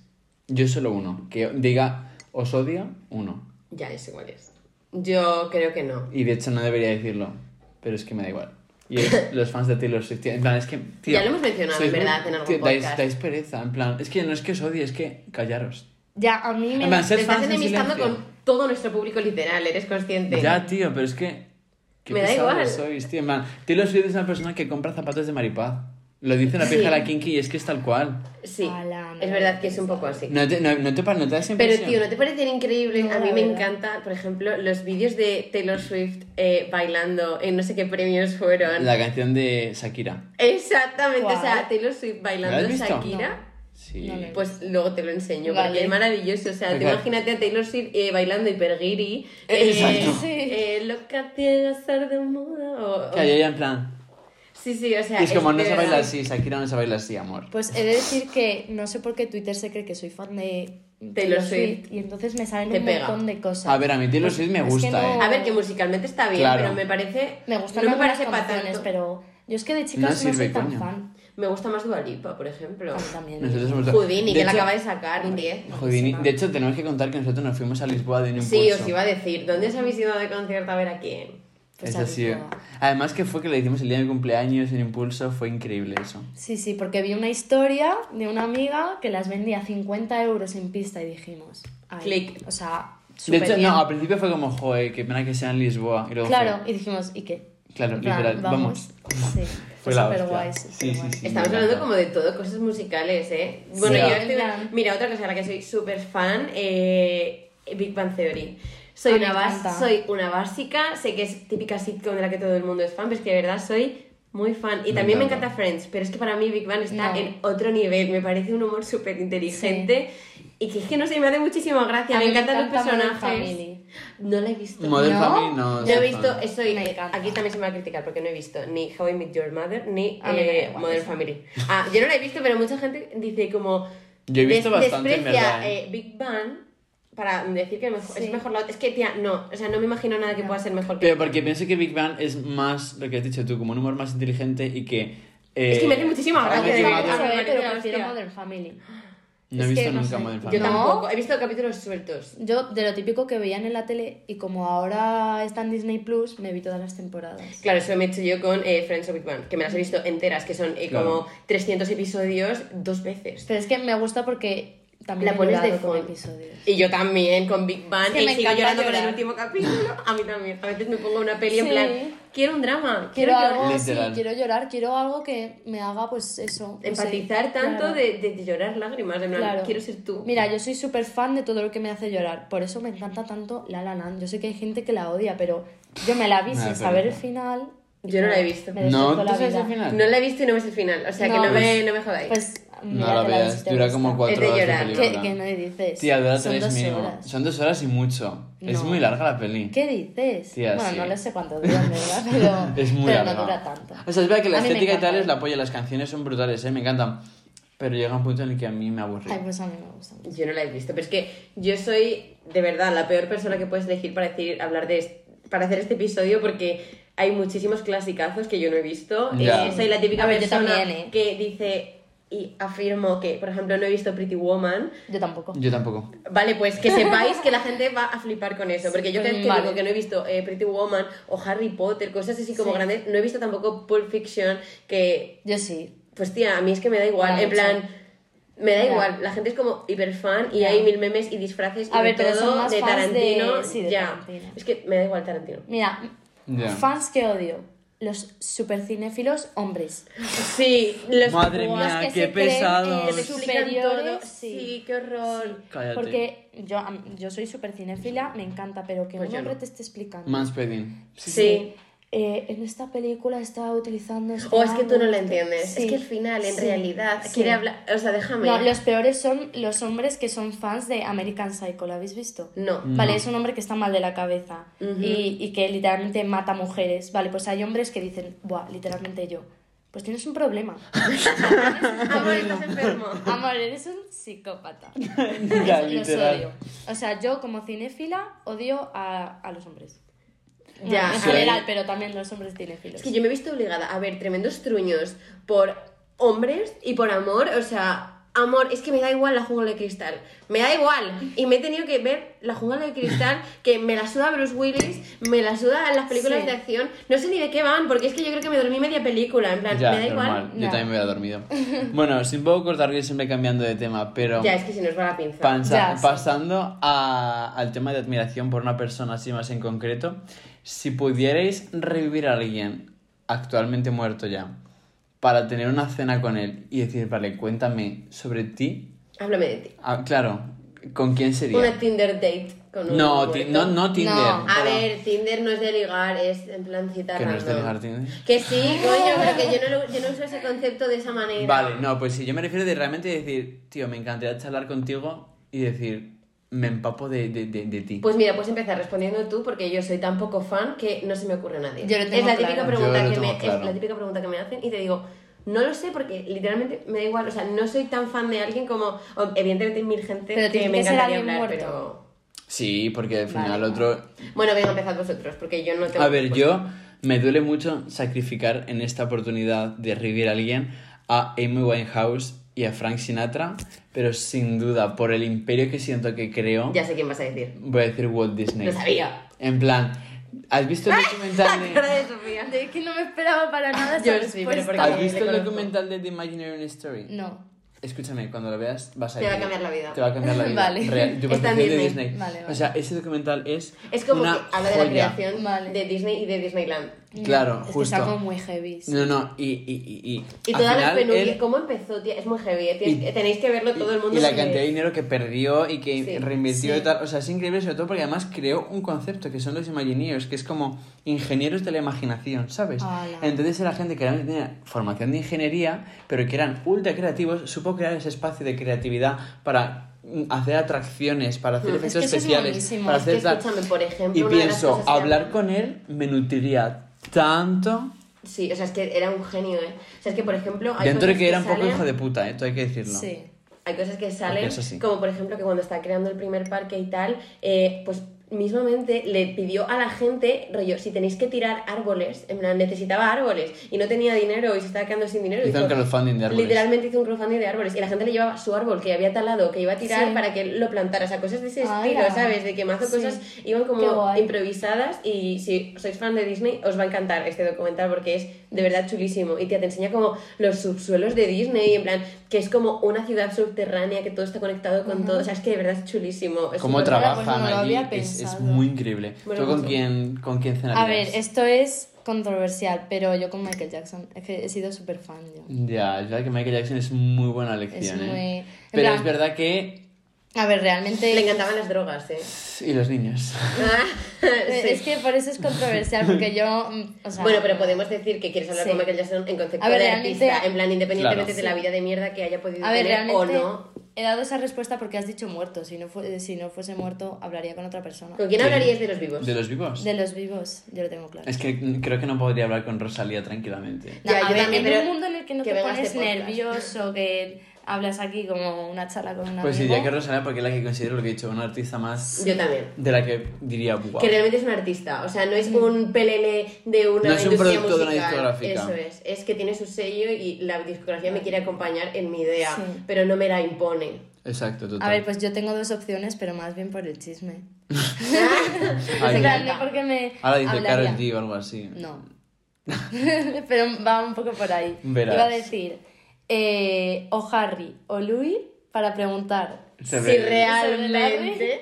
Speaker 3: Yo solo uno. Que diga, os odia, uno.
Speaker 2: Ya, es igual es. Yo creo que no.
Speaker 3: Y de hecho no debería decirlo, pero es que me da igual. Y es los fans de Taylor Swift, tío, en plan, es que... tío,
Speaker 2: Ya lo hemos mencionado,
Speaker 3: sois
Speaker 2: en
Speaker 3: muy-
Speaker 2: verdad, en algún
Speaker 3: tío, dais,
Speaker 2: podcast.
Speaker 3: dais pereza, en plan, es que no es que os odie, es que callaros.
Speaker 4: Ya, a mí me...
Speaker 3: Además,
Speaker 2: Te
Speaker 3: ser
Speaker 2: estás
Speaker 3: fans en
Speaker 2: enemistando
Speaker 3: silencio.
Speaker 2: con todo nuestro público literal, eres consciente.
Speaker 3: Ya, tío, pero es que... qué
Speaker 2: Me da
Speaker 3: pesados
Speaker 2: igual.
Speaker 3: sois, tío, en plan, Taylor Swift es una persona que compra zapatos de maripaz. Lo dice una pija
Speaker 4: Sí.
Speaker 3: la kinky y es que es tal cual.
Speaker 2: Sí,
Speaker 4: Ala, no
Speaker 2: es
Speaker 4: lo
Speaker 2: verdad
Speaker 4: he
Speaker 2: que es un poco así.
Speaker 3: No te, no, no te, pa- no te das
Speaker 2: Pero
Speaker 3: impresión.
Speaker 2: tío, ¿no te parecen increíbles?
Speaker 4: No,
Speaker 2: a mí
Speaker 4: la
Speaker 2: me
Speaker 4: verdad.
Speaker 2: encanta, por ejemplo, los vídeos de Taylor Swift eh, bailando en no sé qué premios fueron.
Speaker 3: La canción de Shakira.
Speaker 2: Exactamente, o sea,
Speaker 4: ¿Cuál?
Speaker 2: Taylor Swift
Speaker 3: ¿La has
Speaker 2: bailando
Speaker 3: visto?
Speaker 2: Shakira.
Speaker 3: Sí.
Speaker 4: No la he
Speaker 2: Pues luego te lo enseño,
Speaker 4: Vale.
Speaker 2: porque es maravilloso. O sea, te
Speaker 3: Venga.
Speaker 2: imagínate a Taylor Swift eh, bailando hipergiri.
Speaker 3: Exacto.
Speaker 4: Sí.
Speaker 2: Eh, loca tiene ser de moda. o- o-
Speaker 3: Que yo ya en plan.
Speaker 2: Sí, sí, o sea.
Speaker 3: Es como no
Speaker 2: de
Speaker 3: se baila
Speaker 2: verdad-
Speaker 3: así, Shakira no se baila así, amor.
Speaker 4: Pues he de decir que no sé por qué Twitter se cree que soy fan de
Speaker 2: Taylor Swift.
Speaker 4: y entonces me salen
Speaker 2: Te
Speaker 4: un
Speaker 2: pega.
Speaker 4: montón de cosas.
Speaker 3: A ver, a mí Taylor Swift me
Speaker 4: Es que
Speaker 3: gusta,
Speaker 4: no-
Speaker 3: eh.
Speaker 2: A ver, que musicalmente está bien,
Speaker 3: Claro.
Speaker 2: pero me parece.
Speaker 4: me gustan
Speaker 2: no me
Speaker 4: algunas
Speaker 2: parece pa'
Speaker 4: canciones,
Speaker 2: tanto.
Speaker 4: pero yo es que de
Speaker 3: No
Speaker 4: chicas no,
Speaker 3: sirve,
Speaker 4: soy tan
Speaker 3: coño.
Speaker 4: fan.
Speaker 2: Me gusta más Dualipa, por ejemplo.
Speaker 4: A mí también.
Speaker 3: Nosotros somos
Speaker 2: Houdini, que
Speaker 3: De
Speaker 2: la
Speaker 3: hecho-
Speaker 2: acaba de sacar, un 10.
Speaker 3: Houdini- De hecho, tenemos que contar que nosotros nos fuimos a Lisboa de un impulso.
Speaker 2: Sí, os iba a decir, ¿dónde os habéis ido de concierto a ver a quién?
Speaker 4: Pues
Speaker 3: Eso
Speaker 4: a
Speaker 3: sí.
Speaker 4: Lisboa.
Speaker 3: Además que fue que le hicimos el día de mi cumpleaños en impulso, fue increíble eso.
Speaker 4: Sí, sí, porque vi una historia de una amiga que las vendía a 50 euros en pista y dijimos. ay,
Speaker 2: Click.
Speaker 4: O sea,
Speaker 3: De
Speaker 4: súper
Speaker 3: hecho,
Speaker 4: bien.
Speaker 3: no, al principio fue como, joder, qué pena que sea en Lisboa. Y luego
Speaker 4: Claro,
Speaker 3: fue-
Speaker 4: y dijimos, ¿y qué?
Speaker 3: claro,
Speaker 4: En plan,
Speaker 3: literal, vamos.
Speaker 4: Sí,
Speaker 3: Fue
Speaker 4: fue
Speaker 3: la
Speaker 4: súper
Speaker 3: hostia.
Speaker 4: guay.
Speaker 3: Sí,
Speaker 4: súper
Speaker 3: sí,
Speaker 4: guay.
Speaker 3: sí.
Speaker 2: Estamos
Speaker 3: me
Speaker 2: hablando
Speaker 3: encanta.
Speaker 2: como de todo, cosas musicales, ¿eh? Bueno,
Speaker 3: Sí.
Speaker 2: yo
Speaker 3: En
Speaker 2: estoy-
Speaker 4: plan.
Speaker 2: Mira, otra cosa a la que soy súper fan, eh, Big Bang Theory. Soy
Speaker 4: Ah,
Speaker 2: una,
Speaker 4: me
Speaker 2: bas-
Speaker 4: encanta.
Speaker 2: soy una básica, sé que es típica sitcom de la que todo el mundo es fan, pero es que de verdad soy muy fan. Y
Speaker 3: Me
Speaker 2: también me
Speaker 3: encanta.
Speaker 2: encanta Friends, pero es que para mí Big Bang está
Speaker 4: No.
Speaker 2: en otro nivel. Me parece un humor súper inteligente y que es que no sé, me hace muchísima gracia.
Speaker 4: A
Speaker 2: Me
Speaker 4: mí me
Speaker 2: encantan los
Speaker 4: encanta Modern
Speaker 2: personajes.
Speaker 4: Family.
Speaker 2: No la he visto.
Speaker 3: Modern
Speaker 4: ¿No?
Speaker 3: Family
Speaker 2: No
Speaker 3: no. soy
Speaker 2: he
Speaker 3: fan.
Speaker 2: visto, estoy,
Speaker 4: Me encanta.
Speaker 2: aquí también se me va a criticar porque no he visto ni How I Met Your Mother ni
Speaker 4: A mí me da
Speaker 2: eh,
Speaker 4: igual
Speaker 2: Modern
Speaker 4: eso.
Speaker 2: Family. Ah, yo no la he visto, pero mucha gente dice como...
Speaker 3: Yo he visto bastante, en
Speaker 2: Desprecia
Speaker 3: verdad, ¿eh?
Speaker 2: eh, Big Bang para decir que mejor- es
Speaker 4: Sí.
Speaker 2: mejor la otra. Es que, tía, no, o sea, no me imagino nada que pueda ser mejor que...
Speaker 3: Pero porque pienso que Big Bang es más, lo que has dicho tú, como un humor más inteligente y que... eh,
Speaker 2: Es que me hace muchísima
Speaker 3: How
Speaker 2: gracia
Speaker 3: I Met Your
Speaker 2: de
Speaker 3: Mother-
Speaker 4: Vamos a ver,
Speaker 2: Modern Family, hostia.
Speaker 4: pero prefiero Modern Family.
Speaker 3: No he
Speaker 4: es que
Speaker 3: visto
Speaker 4: no
Speaker 3: nunca
Speaker 4: sé.
Speaker 3: Modern
Speaker 2: yo
Speaker 3: Family.
Speaker 4: ¿No?
Speaker 2: tampoco, he visto capítulos sueltos.
Speaker 4: Yo, de lo típico que veían en la tele, y como ahora está en Disney Plus, me vi todas las temporadas.
Speaker 2: Claro, eso me he hecho yo con eh, Friends of Big Bang, que me las he visto enteras, que son eh,
Speaker 3: Claro.
Speaker 2: como 300 episodios dos veces.
Speaker 4: Pero es que me gusta porque también
Speaker 2: La
Speaker 4: he
Speaker 2: pones
Speaker 4: llorado
Speaker 2: de
Speaker 4: con
Speaker 2: fondo.
Speaker 4: episodios.
Speaker 2: Y yo también, con Big Bang,
Speaker 4: Es que
Speaker 2: y
Speaker 4: me
Speaker 2: sigo
Speaker 4: encanta
Speaker 2: llorando con el
Speaker 4: llorar.
Speaker 2: último capítulo. A mí también. A veces me pongo una peli en
Speaker 4: Sí.
Speaker 2: plan, quiero un drama, quiero,
Speaker 4: Quiero
Speaker 2: llorar".
Speaker 4: algo así,
Speaker 3: Literal.
Speaker 4: quiero llorar, quiero algo que me haga, pues eso. no sé,
Speaker 2: empatizar tanto
Speaker 4: claro,
Speaker 2: de, de- de llorar lágrimas, de plan,
Speaker 4: claro.
Speaker 2: quiero ser tú.
Speaker 4: Mira, yo soy súper fan de todo lo que me hace llorar. Por eso me encanta tanto La La Land. Yo sé que hay gente que la odia, pero yo me la vi
Speaker 3: Nada,
Speaker 4: sin
Speaker 3: pero-
Speaker 4: saber el final. y
Speaker 2: Yo no la he
Speaker 4: me-
Speaker 2: visto.
Speaker 4: me
Speaker 3: No,
Speaker 4: destrozó
Speaker 3: ¿tú
Speaker 4: la
Speaker 3: sabes
Speaker 4: vida.
Speaker 3: el final?
Speaker 2: No la he visto y no me sé el final, o sea que
Speaker 4: No.
Speaker 2: no me, no me jodáis.
Speaker 4: Pues,
Speaker 3: No
Speaker 4: mira,
Speaker 3: la
Speaker 4: te la
Speaker 3: veas,
Speaker 4: si te
Speaker 3: dura
Speaker 4: gusta.
Speaker 3: como cuatro
Speaker 2: Es de
Speaker 3: horas
Speaker 2: llorar.
Speaker 3: de
Speaker 4: ¿Qué,
Speaker 3: película.
Speaker 4: que no dices?
Speaker 3: Tía, dura
Speaker 4: Son
Speaker 3: tres
Speaker 4: dos
Speaker 3: mínimo.
Speaker 4: horas.
Speaker 3: Son dos horas y mucho. Es
Speaker 4: No.
Speaker 3: muy larga la peli.
Speaker 4: ¿Qué dices?
Speaker 3: Tía,
Speaker 4: bueno,
Speaker 3: sí.
Speaker 4: no lo sé cuánto dura, en verdad, pero,
Speaker 3: Es muy
Speaker 4: pero
Speaker 3: larga.
Speaker 4: no dura tanto.
Speaker 3: O sea, es verdad que la
Speaker 4: A mí me
Speaker 3: estética y
Speaker 4: encanta.
Speaker 3: tal es la polla, las canciones son brutales, ¿eh? me encantan. Pero llega un punto en el que a mí me aburre.
Speaker 4: Ay, pues a mí me gusta mucho.
Speaker 2: Yo no la he visto, pero es que yo soy de verdad la peor persona que puedes elegir para decir, hablar de est- para hacer este episodio porque hay muchísimos clasicazos que yo no he visto.
Speaker 3: Ya.
Speaker 2: Eh, soy la típica
Speaker 4: A ver, yo
Speaker 2: persona
Speaker 4: también, ¿eh?
Speaker 2: que dice y afirmo que, por ejemplo, no he visto Pretty Woman.
Speaker 4: Yo tampoco.
Speaker 3: Yo tampoco.
Speaker 2: Vale, pues que sepáis que la gente va a flipar con eso, porque yo que, que
Speaker 4: Vale.
Speaker 2: digo que no he visto eh, Pretty Woman o Harry Potter, cosas así como
Speaker 4: Sí.
Speaker 2: grandes, no he visto tampoco Pulp Fiction, que,
Speaker 4: Yo sí.
Speaker 2: pues tía, a mí es que me da igual,
Speaker 4: Mola
Speaker 2: en
Speaker 4: mucho.
Speaker 2: plan, me da
Speaker 4: Ya.
Speaker 2: igual, la gente es como hiperfan y
Speaker 4: Ya.
Speaker 2: hay mil memes y disfraces y
Speaker 4: A
Speaker 2: de
Speaker 4: ver, pero
Speaker 2: todo,
Speaker 4: son más
Speaker 2: de
Speaker 4: fans de-
Speaker 2: Tarantino,
Speaker 4: sí, de
Speaker 2: ya,
Speaker 4: Tarantino.
Speaker 2: es que me da igual Tarantino.
Speaker 4: Mira,
Speaker 3: Ya.
Speaker 4: fans que odio. Los supercinéfilos hombres.
Speaker 2: Sí, los
Speaker 3: Madre
Speaker 2: guau,
Speaker 3: mía,
Speaker 4: Los que
Speaker 3: qué
Speaker 4: se creen,
Speaker 3: pesados.
Speaker 4: eh,
Speaker 2: que te explican todo,
Speaker 4: superiores,
Speaker 2: sí.
Speaker 4: sí.
Speaker 2: qué horror.
Speaker 3: Cállate.
Speaker 4: Porque yo, am- yo soy supercinéfila, me encanta, pero que
Speaker 2: Pues
Speaker 4: un
Speaker 2: yo
Speaker 4: hombre
Speaker 2: no.
Speaker 4: te esté explicando.
Speaker 3: Manspreading.
Speaker 2: Sí.
Speaker 4: eh, en esta película estaba utilizando. este
Speaker 2: O es que tú no la
Speaker 4: ángulo,
Speaker 2: entiendes,
Speaker 4: sí,
Speaker 2: es que al final, en
Speaker 4: sí,
Speaker 2: realidad,
Speaker 4: sí.
Speaker 2: quiere hablar, o sea, déjame.
Speaker 4: No, los peores son los hombres que son fans de American Psycho, ¿lo habéis visto?
Speaker 2: No.
Speaker 4: Vale, es un hombre que está mal de la cabeza
Speaker 2: Ujú.
Speaker 4: y, y que literalmente mata mujeres. Vale, pues hay hombres que dicen, buah, literalmente yo. Pues tienes un problema.
Speaker 2: Amor, Ah, estás enfermo.
Speaker 4: Amor, eres un psicópata.
Speaker 3: Ya,
Speaker 4: Los
Speaker 3: literal.
Speaker 4: odio. O sea, yo como cinéfila odio a, a los hombres.
Speaker 2: Ya,
Speaker 4: en
Speaker 2: a ver.
Speaker 4: general, pero también los hombres cinéfilos.
Speaker 2: Es que yo me he visto obligada a ver tremendos truños por hombres y por amor. O sea, amor, es que me da igual la jungla de cristal. Me da igual. Y me he tenido que ver la jungla de cristal, que me la suda Bruce Willis, me la suda las películas
Speaker 4: Sí.
Speaker 2: de acción. No sé ni de qué van, porque es que yo creo que me dormí media película. En plan,
Speaker 3: Ya,
Speaker 2: me da
Speaker 3: normal.
Speaker 2: igual.
Speaker 3: Yo
Speaker 4: Ya.
Speaker 3: también me había dormido. bueno, sin poco cortar, que siempre cambiando de tema, pero.
Speaker 2: Ya, es que se nos va la pinza.
Speaker 3: Pansa-
Speaker 4: Ya, sí.
Speaker 3: pasando a- al tema de admiración por una persona así más en concreto, si pudierais revivir a alguien actualmente muerto ya, para tener una cena con él y decir, vale, cuéntame sobre ti.
Speaker 2: Háblame de ti.
Speaker 3: Ah, claro, ¿con quién sería?
Speaker 2: Una Tinder date con un
Speaker 3: No,
Speaker 2: muerto.
Speaker 3: ti- no, no Tinder.
Speaker 4: No.
Speaker 2: A
Speaker 3: pero-
Speaker 2: ver, Tinder no es de ligar, es en plan cita
Speaker 3: Que no es de
Speaker 2: random.
Speaker 3: ligar Tinder.
Speaker 2: Que sí, coño, pero que yo no, lo- yo no uso ese concepto de esa manera.
Speaker 3: Vale, no, pues sí, yo me refiero de realmente decir, tío, me encantaría charlar contigo y decir, me empapo de, de, de, de ti.
Speaker 2: Pues mira, puedes empezar respondiendo tú porque yo soy tan poco fan que no se me ocurre a nadie.
Speaker 4: Yo lo tengo
Speaker 2: es la
Speaker 4: claro.
Speaker 2: típica
Speaker 3: Yo
Speaker 2: pregunta
Speaker 3: lo
Speaker 2: que me
Speaker 3: tengo claro.
Speaker 2: es la típica pregunta que me hacen y te digo no lo sé porque literalmente me da igual, o sea, no soy tan fan de alguien como o- evidentemente hay mil gente
Speaker 4: Pero tiene
Speaker 2: que me
Speaker 4: que ser
Speaker 2: encantaría
Speaker 4: alguien
Speaker 2: hablar,
Speaker 4: muerto.
Speaker 3: Sí, porque al final
Speaker 4: Vale.
Speaker 3: otro...
Speaker 2: pero bueno, venga, empezad vosotros porque yo no tengo pues
Speaker 3: A ver, yo me duele mucho sacrificar en esta oportunidad de revivir a alguien a Amy Winehouse y a Frank Sinatra, pero sin duda, por el imperio que siento que creo,
Speaker 2: ya sé quién vas a decir.
Speaker 3: voy a decir Walt Disney.
Speaker 2: Lo sabía. Ah,
Speaker 3: En plan, ¿has visto el documental de...
Speaker 2: Cara de Sofía.
Speaker 4: Es que no me esperaba para nada esa
Speaker 2: Yo sí, pero
Speaker 4: respuesta.
Speaker 2: porque-
Speaker 3: ¿Has
Speaker 2: le
Speaker 3: visto el
Speaker 2: conozco.
Speaker 3: documental de The Imaginary Story?
Speaker 4: No.
Speaker 3: Escúchame, cuando lo veas vas a
Speaker 2: Te va a
Speaker 3: ir-
Speaker 2: cambiar la vida.
Speaker 3: Te va a cambiar la vida.
Speaker 4: Vale.
Speaker 3: Real, tu
Speaker 2: Está en
Speaker 3: percepción de
Speaker 2: Disney.
Speaker 3: Disney.
Speaker 4: Vale, vale.
Speaker 3: O sea, ese documental es
Speaker 2: Es como
Speaker 3: una
Speaker 2: que habla de la
Speaker 3: joya.
Speaker 2: creación este
Speaker 4: Vale.
Speaker 2: de Disney y de Disneyland.
Speaker 3: Claro,
Speaker 4: es que
Speaker 3: justo.
Speaker 4: está como muy heavy.
Speaker 3: No, no, y... Y, y, y,
Speaker 2: Y
Speaker 3: al
Speaker 2: todas las
Speaker 3: final
Speaker 2: penurias,
Speaker 3: él-
Speaker 2: ¿cómo empezó? tía? Es muy heavy, eh, tienes
Speaker 3: Y-
Speaker 2: que- tenéis que verlo todo el mundo.
Speaker 3: y la
Speaker 2: porque-
Speaker 3: cantidad de dinero que perdió y que
Speaker 2: Sí,
Speaker 3: reinvirtió
Speaker 4: sí.
Speaker 3: y tal. O sea, es increíble, sobre todo porque además creó un concepto que son los Imagineers, que es como ingenieros de la imaginación, ¿sabes?
Speaker 4: Ala.
Speaker 3: Entonces era gente que realmente tenía formación de ingeniería, pero que eran ultra creativos, supo crear ese espacio de creatividad para mm, hacer atracciones, para hacer
Speaker 2: Mm, es
Speaker 3: efectos
Speaker 4: que eso es
Speaker 3: especiales,
Speaker 4: buenísimo.
Speaker 3: para
Speaker 4: Es
Speaker 3: hacer
Speaker 2: que
Speaker 3: tal.
Speaker 2: escúchame, por ejemplo,
Speaker 3: y
Speaker 2: una de las
Speaker 3: pienso,
Speaker 2: cosas que
Speaker 3: hablar
Speaker 2: a-
Speaker 3: con él me nutriría tanto.
Speaker 2: Sí, o sea, es que era un genio, ¿eh? O sea, pues es que, por ejemplo... hay
Speaker 3: Dentro de
Speaker 2: cosas
Speaker 3: que era un poco
Speaker 2: salen-
Speaker 3: hijo de puta, ¿eh? Todo hay que decirlo.
Speaker 4: Sí.
Speaker 2: Hay cosas que
Speaker 3: Porque
Speaker 2: salen,
Speaker 3: eso sí.
Speaker 2: como por ejemplo que cuando está creando el primer parque y tal, eh, pues mismamente le pidió a la gente, rollo, si tenéis que tirar árboles, en plan, necesitaba árboles y no tenía dinero y se estaba quedando sin dinero.
Speaker 3: Hizo
Speaker 2: dijo,
Speaker 3: un crowdfunding de árboles.
Speaker 2: Literalmente hizo un crowdfunding de árboles y la gente le llevaba su árbol que había talado, que iba a tirar
Speaker 4: Sí.
Speaker 2: para que él lo plantara, o sea, cosas de ese
Speaker 4: Ala.
Speaker 2: estilo, ¿sabes? De que mazo
Speaker 4: Sí.
Speaker 2: cosas iban
Speaker 4: Qué
Speaker 2: como
Speaker 4: guay.
Speaker 2: improvisadas y si sois fan de Disney os va a encantar este documental porque es de verdad chulísimo y tía, te enseña como los subsuelos de Disney en plan que es como una ciudad subterránea que todo está conectado con todo o sea es que de verdad es chulísimo es
Speaker 3: cómo
Speaker 2: súper-
Speaker 4: rara,
Speaker 3: trabajan
Speaker 4: pues no lo
Speaker 3: allí
Speaker 4: había
Speaker 3: es, es
Speaker 4: pensado.
Speaker 3: muy increíble.
Speaker 2: Bueno,
Speaker 3: ¿Tú con
Speaker 2: mucho.
Speaker 3: quién, con quién cenarías?
Speaker 4: A ver, esto es controversial, pero yo con Michael Jackson. Es que he sido súper fan yo.
Speaker 3: Ya, es verdad que Michael Jackson es muy buena
Speaker 4: Es
Speaker 3: elección,
Speaker 4: muy.
Speaker 3: ¿eh?
Speaker 4: en
Speaker 3: Pero
Speaker 4: plan,
Speaker 3: es verdad que...
Speaker 4: A ver, realmente.
Speaker 2: le encantaban las drogas eh
Speaker 3: Y los niños.
Speaker 2: Sí.
Speaker 4: eh, Es que por eso es controversial, porque yo. mm, o sea,
Speaker 2: bueno, pero podemos decir que quieres hablar
Speaker 4: Sí.
Speaker 2: con Michael Jackson en concepto
Speaker 4: A ver,
Speaker 2: de
Speaker 4: realmente-
Speaker 2: artista, en plan, independientemente
Speaker 3: Claro.
Speaker 2: de la vida de mierda que haya podido
Speaker 4: A ver,
Speaker 2: tener
Speaker 4: realmente.
Speaker 2: o no.
Speaker 4: He dado esa respuesta porque has dicho muerto. Si no, fue- si no fuese muerto, hablaría con otra persona.
Speaker 2: ¿Con quién
Speaker 3: Sí.
Speaker 2: hablarías de los vivos?
Speaker 3: ¿De los vivos?
Speaker 4: De los vivos, yo lo tengo claro.
Speaker 3: Es que creo que no podría hablar con Rosalía tranquilamente.
Speaker 4: No,
Speaker 2: Ya,
Speaker 4: a
Speaker 2: yo
Speaker 4: ver,
Speaker 2: también,
Speaker 4: en
Speaker 2: pero
Speaker 4: un mundo en el que no
Speaker 2: que
Speaker 4: te
Speaker 2: venga
Speaker 4: pones
Speaker 2: este podcast.
Speaker 4: nervioso, que hablas aquí como una charla con una.
Speaker 3: Pues diría que Rosalía porque es la que considero lo que he dicho, una artista más
Speaker 2: Yo también.
Speaker 3: de la que diría wow.
Speaker 2: Que realmente es un artista, o sea, no es un pelele de una
Speaker 3: No es un
Speaker 2: industria
Speaker 3: producto de una
Speaker 2: musical.
Speaker 3: discográfica.
Speaker 2: Eso es, es que tiene su sello y la discografía me quiere acompañar en mi idea,
Speaker 4: Sí.
Speaker 2: pero no me la impone.
Speaker 3: Exacto, total.
Speaker 4: A ver, pues yo tengo dos opciones, pero más bien por el chisme.
Speaker 3: Ay,
Speaker 4: En plan,
Speaker 2: no.
Speaker 4: no porque me.
Speaker 3: Ahora dice
Speaker 4: hablaría.
Speaker 3: Carol G o algo así.
Speaker 4: No. Pero va un poco por ahí.
Speaker 3: Verás.
Speaker 4: Iba a decir eh, o Harry o Louis para preguntar.
Speaker 3: Se
Speaker 2: Si
Speaker 3: ve-
Speaker 2: realmente...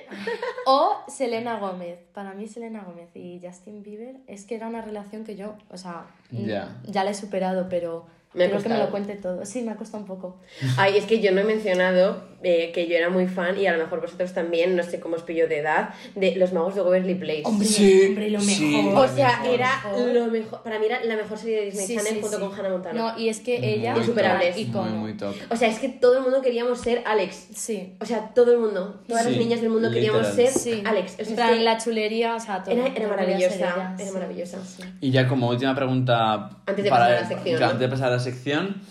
Speaker 4: O Selena Gómez. Para mí Selena Gómez y Justin Bieber es que era una relación que yo, o sea,
Speaker 3: Ya.
Speaker 4: ya la he superado, pero
Speaker 2: Me ha
Speaker 4: creo que me
Speaker 2: costado.
Speaker 4: lo cuente todo. Sí, me ha costado un poco.
Speaker 2: Ay, es que yo no he mencionado eh, que yo era muy fan, y a lo mejor vosotros también, no sé cómo os pillo de edad, de Los Magos de Waverly Place.
Speaker 4: Hombre,
Speaker 3: Sí,
Speaker 4: hombre, lo mejor.
Speaker 3: sí.
Speaker 2: O
Speaker 3: lo
Speaker 2: sea,
Speaker 3: mejor.
Speaker 2: era
Speaker 4: Mejor.
Speaker 2: lo mejor. Para mí era la mejor serie de Disney
Speaker 4: Sí,
Speaker 2: Channel
Speaker 4: sí,
Speaker 2: junto
Speaker 4: sí.
Speaker 2: con Hannah Montana.
Speaker 4: No, y es que ella
Speaker 3: Muy
Speaker 2: Insuperable.
Speaker 3: top,
Speaker 4: y como
Speaker 3: Muy, muy top.
Speaker 2: O sea, es que todo el mundo queríamos ser Alex.
Speaker 4: Sí.
Speaker 2: O sea, todo el mundo. Todas
Speaker 3: Sí,
Speaker 2: las niñas del mundo queríamos
Speaker 3: literal.
Speaker 2: ser
Speaker 4: Sí.
Speaker 2: Alex. O sea,
Speaker 4: En
Speaker 2: es
Speaker 4: plan,
Speaker 2: que
Speaker 4: la chulería, o sea, todo.
Speaker 2: era, era
Speaker 4: Yo quería ser
Speaker 2: maravillosa.
Speaker 4: ella,
Speaker 2: Era
Speaker 4: sí.
Speaker 2: maravillosa.
Speaker 3: Y ya como última pregunta...
Speaker 2: Antes de pasar a la sección,
Speaker 3: claro,
Speaker 2: ¿no?
Speaker 3: antes de pasar a la sección,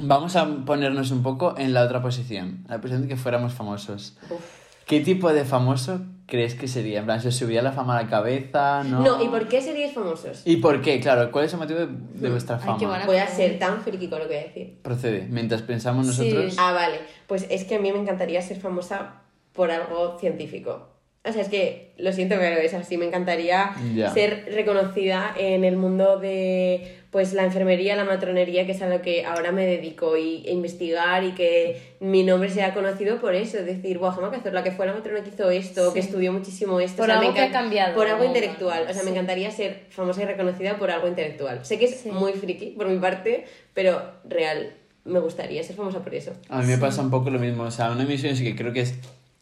Speaker 3: vamos a ponernos un poco en la otra posición. La posición de que fuéramos famosos.
Speaker 2: Uf.
Speaker 3: ¿Qué tipo de famoso crees que sería? En plan, ¿se os subiría la fama a la cabeza? No.
Speaker 2: No. ¿y por qué seríais famosos?
Speaker 3: ¿Y por qué? Claro, ¿cuál es el motivo de, de vuestra
Speaker 4: Ay,
Speaker 3: fama?
Speaker 4: qué buena-
Speaker 2: Voy a ser tan friki con lo que voy a decir.
Speaker 3: Procede, mientras pensamos
Speaker 4: Sí.
Speaker 3: nosotros...
Speaker 2: Ah, vale. Pues es que a mí me encantaría ser famosa por algo científico. O sea, es que lo siento, pero es así. Me encantaría
Speaker 3: Ya.
Speaker 2: ser reconocida en el mundo de pues la enfermería, la matronería, que es a lo que ahora me dedico y e investigar y que mi nombre sea conocido por eso. Decir, guau, Gemma Cazorla, que fue la matrona que hizo esto,
Speaker 4: Sí.
Speaker 2: que estudió muchísimo esto.
Speaker 4: Por
Speaker 2: me
Speaker 4: algo que
Speaker 2: encan-
Speaker 4: ha cambiado,
Speaker 2: Por algo
Speaker 4: ¿no?
Speaker 2: intelectual. O sea, me
Speaker 4: Sí.
Speaker 2: encantaría ser famosa y reconocida por algo intelectual. Sé que es
Speaker 4: Sí.
Speaker 2: muy friki por mi parte, pero real, me gustaría ser famosa por eso.
Speaker 3: A mí me pasa un poco lo mismo. O sea, una de mis sueños que creo que es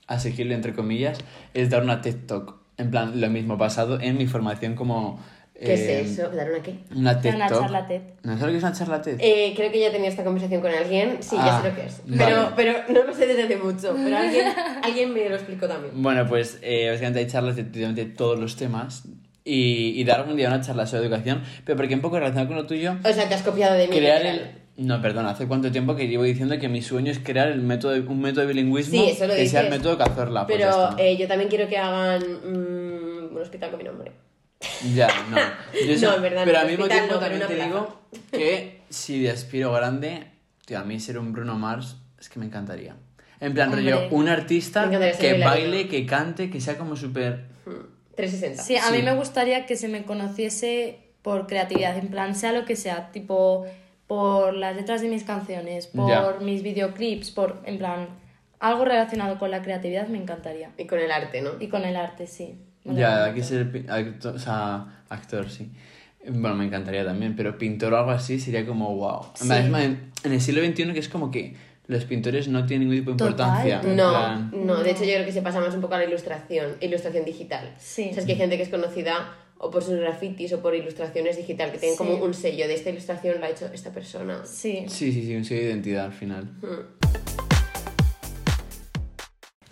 Speaker 3: asequible, entre comillas, es dar una TED Talk. En plan, lo mismo, basado en mi formación como...
Speaker 2: ¿Qué
Speaker 3: eh,
Speaker 2: es eso? Em, ¿Dar una qué?
Speaker 3: Una TED
Speaker 4: Una
Speaker 3: Talk.
Speaker 4: charla TED.
Speaker 3: ¿No sabes lo que es una charla TED?
Speaker 2: Eh, creo que ya tenía esta conversación con alguien. Sí, ya
Speaker 3: Ah,
Speaker 2: sé lo que es.
Speaker 3: vale.
Speaker 2: Pero, pero no lo sé desde hace mucho. Pero alguien, alguien me lo explicó también.
Speaker 3: Bueno, pues eh, básicamente hay charlas de prácticamente todos los temas y, y dar algún día una charla sobre educación, pero porque un poco relacionado con lo tuyo,
Speaker 2: O sea, te has copiado de mí.
Speaker 3: crear
Speaker 2: literal.
Speaker 3: el... No, perdón, hace cuánto tiempo que llevo diciendo que mi sueño es crear el método, un método de bilingüismo
Speaker 2: Sí, eso lo
Speaker 3: que sea el
Speaker 2: dices.
Speaker 3: método Cazorla. pues ya
Speaker 2: Pero
Speaker 3: está.
Speaker 2: eh, yo también quiero que hagan mm, un hospital con mi nombre.
Speaker 3: Ya, no. Yo
Speaker 2: No, en verdad,
Speaker 3: Pero
Speaker 2: no,
Speaker 3: al mismo
Speaker 2: hospital
Speaker 3: tiempo
Speaker 2: no, pero
Speaker 3: también te
Speaker 2: una
Speaker 3: digo que si de aspiro grande, tío, a mí ser un Bruno Mars es que me encantaría. En plan,
Speaker 4: Hombre.
Speaker 3: rollo, un artista
Speaker 2: Me encantaría ser
Speaker 3: que
Speaker 2: bailarina.
Speaker 3: baile, que cante, que sea como súper...
Speaker 2: Mm, 360.
Speaker 4: Sí, a
Speaker 3: Sí.
Speaker 4: mí me gustaría que se me conociese por creatividad, en plan, sea lo que sea, tipo por las letras de mis canciones, por
Speaker 3: Ya.
Speaker 4: mis videoclips, por, en plan, algo relacionado con la creatividad me encantaría.
Speaker 2: Y con el arte, ¿no?
Speaker 4: Y con el arte, sí. Me
Speaker 3: Ya,
Speaker 4: encanta.
Speaker 3: hay que ser pi- acto- o sea, actor, sí. Bueno, me encantaría también, pero pintor o algo así sería como wow.
Speaker 4: Sí.
Speaker 3: En, en el siglo XXI que es como que los pintores no tienen ningún tipo de
Speaker 4: Total.
Speaker 3: importancia. en
Speaker 2: No,
Speaker 3: plan-
Speaker 2: no, de hecho yo creo que se pasa más un poco a la ilustración, ilustración digital.
Speaker 4: Sí.
Speaker 2: O sea, es que hay gente que es conocida o por sus grafitis o por ilustraciones digital, que tienen
Speaker 4: Sí.
Speaker 2: como un sello de esta ilustración la ha hecho esta persona.
Speaker 4: Sí.
Speaker 3: Sí, sí, sí, un sello de identidad al final.
Speaker 2: Mm.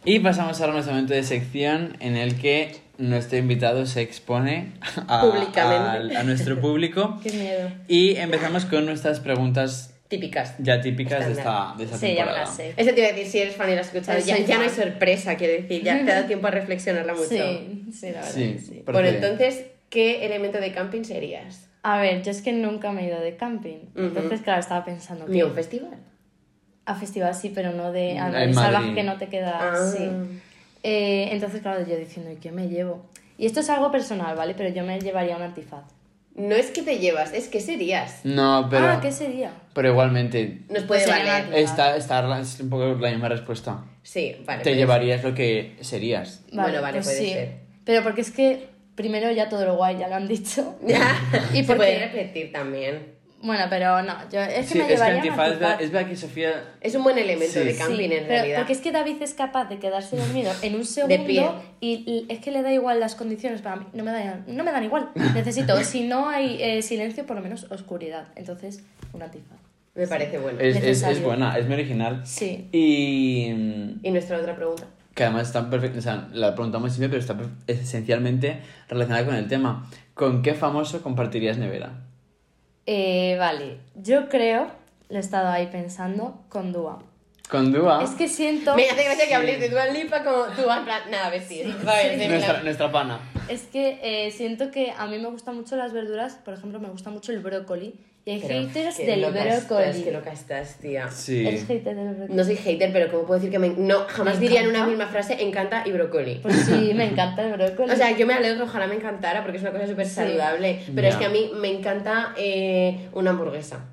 Speaker 3: Y pasamos ahora a nuestro momento de sección en el que nuestro invitado se expone a,
Speaker 2: Públicamente.
Speaker 3: al- a nuestro público.
Speaker 4: Qué miedo.
Speaker 3: Y empezamos con nuestras preguntas
Speaker 2: Típicas.
Speaker 3: ya típicas de
Speaker 2: Estándar.
Speaker 3: esta, de esta
Speaker 4: Sí, ya me
Speaker 3: temporada.
Speaker 4: la sé.
Speaker 2: Eso te iba a decir si eres fan y lo has escuchado.
Speaker 4: Soy
Speaker 2: Ya, ya no hay
Speaker 4: fan.
Speaker 2: sorpresa, quiero decir, ya te ha dado tiempo a reflexionarla mucho.
Speaker 4: Sí, sí, la verdad.
Speaker 3: Sí,
Speaker 4: que sí.
Speaker 3: procede.
Speaker 2: Bueno, entonces, ¿qué elemento de camping serías?
Speaker 4: A ver, yo es que nunca me he ido de camping.
Speaker 2: Ujú.
Speaker 4: Entonces, claro, estaba pensando
Speaker 2: Ni
Speaker 4: que
Speaker 2: un festival.
Speaker 4: a festival sí, pero no de a
Speaker 3: En
Speaker 4: de salvaje
Speaker 3: Madrid.
Speaker 4: que no te queda.
Speaker 2: Ah.
Speaker 4: Sí. Eh, entonces, claro, yo diciendo, ¿y qué me llevo? Y esto es algo personal, ¿vale? Pero yo me llevaría un antifaz.
Speaker 2: No es que te llevas, es que serías.
Speaker 3: No, pero,
Speaker 4: Ah, ¿qué sería?
Speaker 3: pero igualmente
Speaker 2: Nos puede
Speaker 4: Sería
Speaker 2: valer.
Speaker 4: una-
Speaker 3: está, está es un poco la misma respuesta.
Speaker 2: Sí, vale.
Speaker 3: Te
Speaker 2: pues-
Speaker 3: llevarías lo que serías.
Speaker 2: Bueno, vale, puede ser.
Speaker 4: pues Pero porque es que primero ya todo lo guay, ya lo han dicho.
Speaker 2: y
Speaker 4: ¿Y
Speaker 2: se
Speaker 4: por
Speaker 2: puede
Speaker 4: qué?
Speaker 2: repetir también.
Speaker 4: bueno, pero no, yo es que
Speaker 3: Sí,
Speaker 4: me
Speaker 3: es que
Speaker 4: llevaría un
Speaker 3: antifaz, es
Speaker 4: antifaz.
Speaker 3: verdad, es verdad que Sofía...
Speaker 2: Es un buen elemento
Speaker 3: Sí.
Speaker 2: de
Speaker 3: Sí,
Speaker 2: camping
Speaker 4: Sí,
Speaker 2: en
Speaker 4: pero
Speaker 2: realidad.
Speaker 4: porque es que David es capaz de quedarse dormido en un segundo
Speaker 2: pie.
Speaker 4: y l- es que le da igual las condiciones para mí, no me dan, no me dan igual. Necesito, si no hay eh, silencio, por lo menos oscuridad. Entonces, un antifaz.
Speaker 2: Me parece bueno.
Speaker 3: Es, es,
Speaker 4: Necesario.
Speaker 3: es buena, es muy original.
Speaker 4: Sí.
Speaker 3: Y... mm,
Speaker 2: Y nuestra otra pregunta.
Speaker 3: que además está perfecta, o sea, la preguntamos siempre, pero está perf- esencialmente relacionada con el tema. ¿Con qué famoso compartirías nevera?
Speaker 4: Eh, vale, yo creo, lo he estado ahí pensando, con Dua.
Speaker 3: Con
Speaker 2: Ah.
Speaker 3: Dua,
Speaker 4: Es que siento...
Speaker 2: Me hace gracia que habléis de Dua Lipa como tú, en plan, nada, a ver si. a ver, en
Speaker 3: nuestra,
Speaker 2: plan-
Speaker 3: nuestra pana.
Speaker 4: Es que eh, siento que a mí me gustan mucho las verduras, por ejemplo, me gusta mucho el brócoli. Y hay
Speaker 2: Pero,
Speaker 4: haters
Speaker 2: qué
Speaker 4: del
Speaker 2: loca Estás, qué
Speaker 4: brócoli.
Speaker 2: loca estás, tía.
Speaker 3: Sí.
Speaker 4: Eres hater del brócoli.
Speaker 2: No soy hater, pero ¿cómo puedo decir que me... No, jamás
Speaker 4: ¿Me
Speaker 2: diría en
Speaker 4: encanta?
Speaker 2: una misma frase encanta y brócoli.
Speaker 4: Pues sí, me encanta el brócoli.
Speaker 2: O sea, yo me alegro, ojalá me encantara, porque es una cosa súper
Speaker 4: Sí.
Speaker 2: saludable. Pero es
Speaker 3: Ya.
Speaker 2: que a mí me encanta eh, una hamburguesa.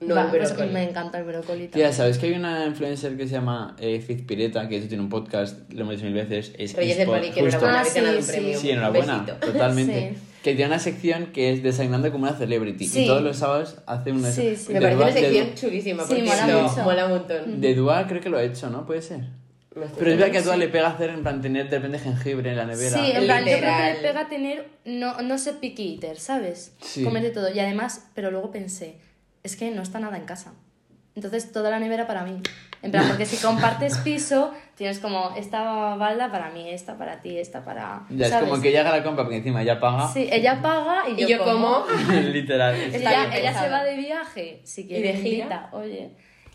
Speaker 2: No
Speaker 4: Va,
Speaker 2: el
Speaker 4: pues
Speaker 2: brócoli.
Speaker 4: me encanta el brócoli.
Speaker 3: Tía,
Speaker 4: también.
Speaker 3: ¿sabes que hay una influencer que se llama eh, Fizpireta, que de hecho tiene un podcast, lo hemos dicho mil veces, es
Speaker 2: Reyes del
Speaker 3: eSport,
Speaker 2: Poli, que enhorabuena,
Speaker 4: Ah,
Speaker 2: habéis ganado un
Speaker 4: sí,
Speaker 2: premio.
Speaker 3: Sí, enhorabuena,
Speaker 2: Besito.
Speaker 3: totalmente.
Speaker 4: Sí.
Speaker 3: Que tiene una sección que es Desayunando como una celebrity.
Speaker 4: Sí.
Speaker 3: Y todos los sábados hace una...
Speaker 4: Sí, sí.
Speaker 2: Me
Speaker 3: de
Speaker 2: parece
Speaker 3: Dua-
Speaker 2: una
Speaker 3: de
Speaker 2: sección
Speaker 3: Du-
Speaker 2: chulísima,
Speaker 4: Sí,
Speaker 2: porque
Speaker 4: mola
Speaker 2: no,
Speaker 4: mucho.
Speaker 2: mola Mm. un montón.
Speaker 3: De Dua creo que lo ha hecho, ¿no? Puede ser.
Speaker 2: Me hace
Speaker 3: Pero es verdad que a
Speaker 2: feliz.
Speaker 3: Dua le pega hacer en plan tener de repente jengibre en la nevera.
Speaker 4: Sí, en plan, yo creo que
Speaker 2: Literal.
Speaker 4: le pega tener, no, no ser picky eater, ¿sabes?
Speaker 3: Sí.
Speaker 4: Comer de todo. Y además, pero luego pensé, es que no está nada en casa. Entonces, toda la nevera para mí. En plan, porque si compartes piso, tienes como esta balda para mí, esta para ti, esta para.
Speaker 3: Ya
Speaker 4: ¿sabes?
Speaker 3: es como que ella haga la compra porque encima ella paga.
Speaker 4: Sí, ella paga y
Speaker 2: Y
Speaker 4: yo,
Speaker 2: yo como...
Speaker 3: Literal.
Speaker 4: Y
Speaker 2: Está
Speaker 4: Ella,
Speaker 2: bien
Speaker 4: ella
Speaker 2: pensado.
Speaker 4: se va de viaje, si quiere.
Speaker 2: de gira.
Speaker 4: invita, oye.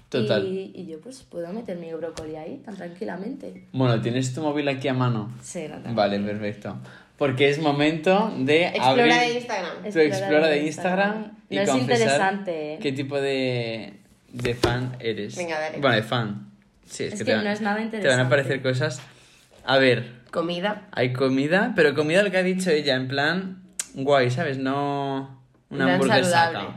Speaker 3: Total.
Speaker 4: Y, y yo, pues, puedo meter mi brócoli ahí tan tranquilamente.
Speaker 3: Bueno, ¿tienes tu móvil aquí a mano?
Speaker 4: Sí, no, no.
Speaker 3: Vale, perfecto. Porque es momento de
Speaker 2: Explora
Speaker 3: abrir
Speaker 2: de Instagram.
Speaker 3: tu explora de Instagram y
Speaker 4: No es
Speaker 3: confesar
Speaker 4: interesante, ¿eh?
Speaker 3: qué tipo de, de fan eres.
Speaker 2: Venga, dale.
Speaker 3: Bueno, de fan. Sí, es,
Speaker 4: Es
Speaker 3: que,
Speaker 4: que
Speaker 3: te van-
Speaker 4: no es nada
Speaker 3: Te van a
Speaker 4: interesante.
Speaker 3: aparecer cosas. A ver,
Speaker 2: comida.
Speaker 3: Hay comida, pero comida lo que ha dicho ella, en plan guay, ¿sabes? No
Speaker 2: En
Speaker 3: una
Speaker 2: plan
Speaker 3: hamburguesa.
Speaker 2: saludable.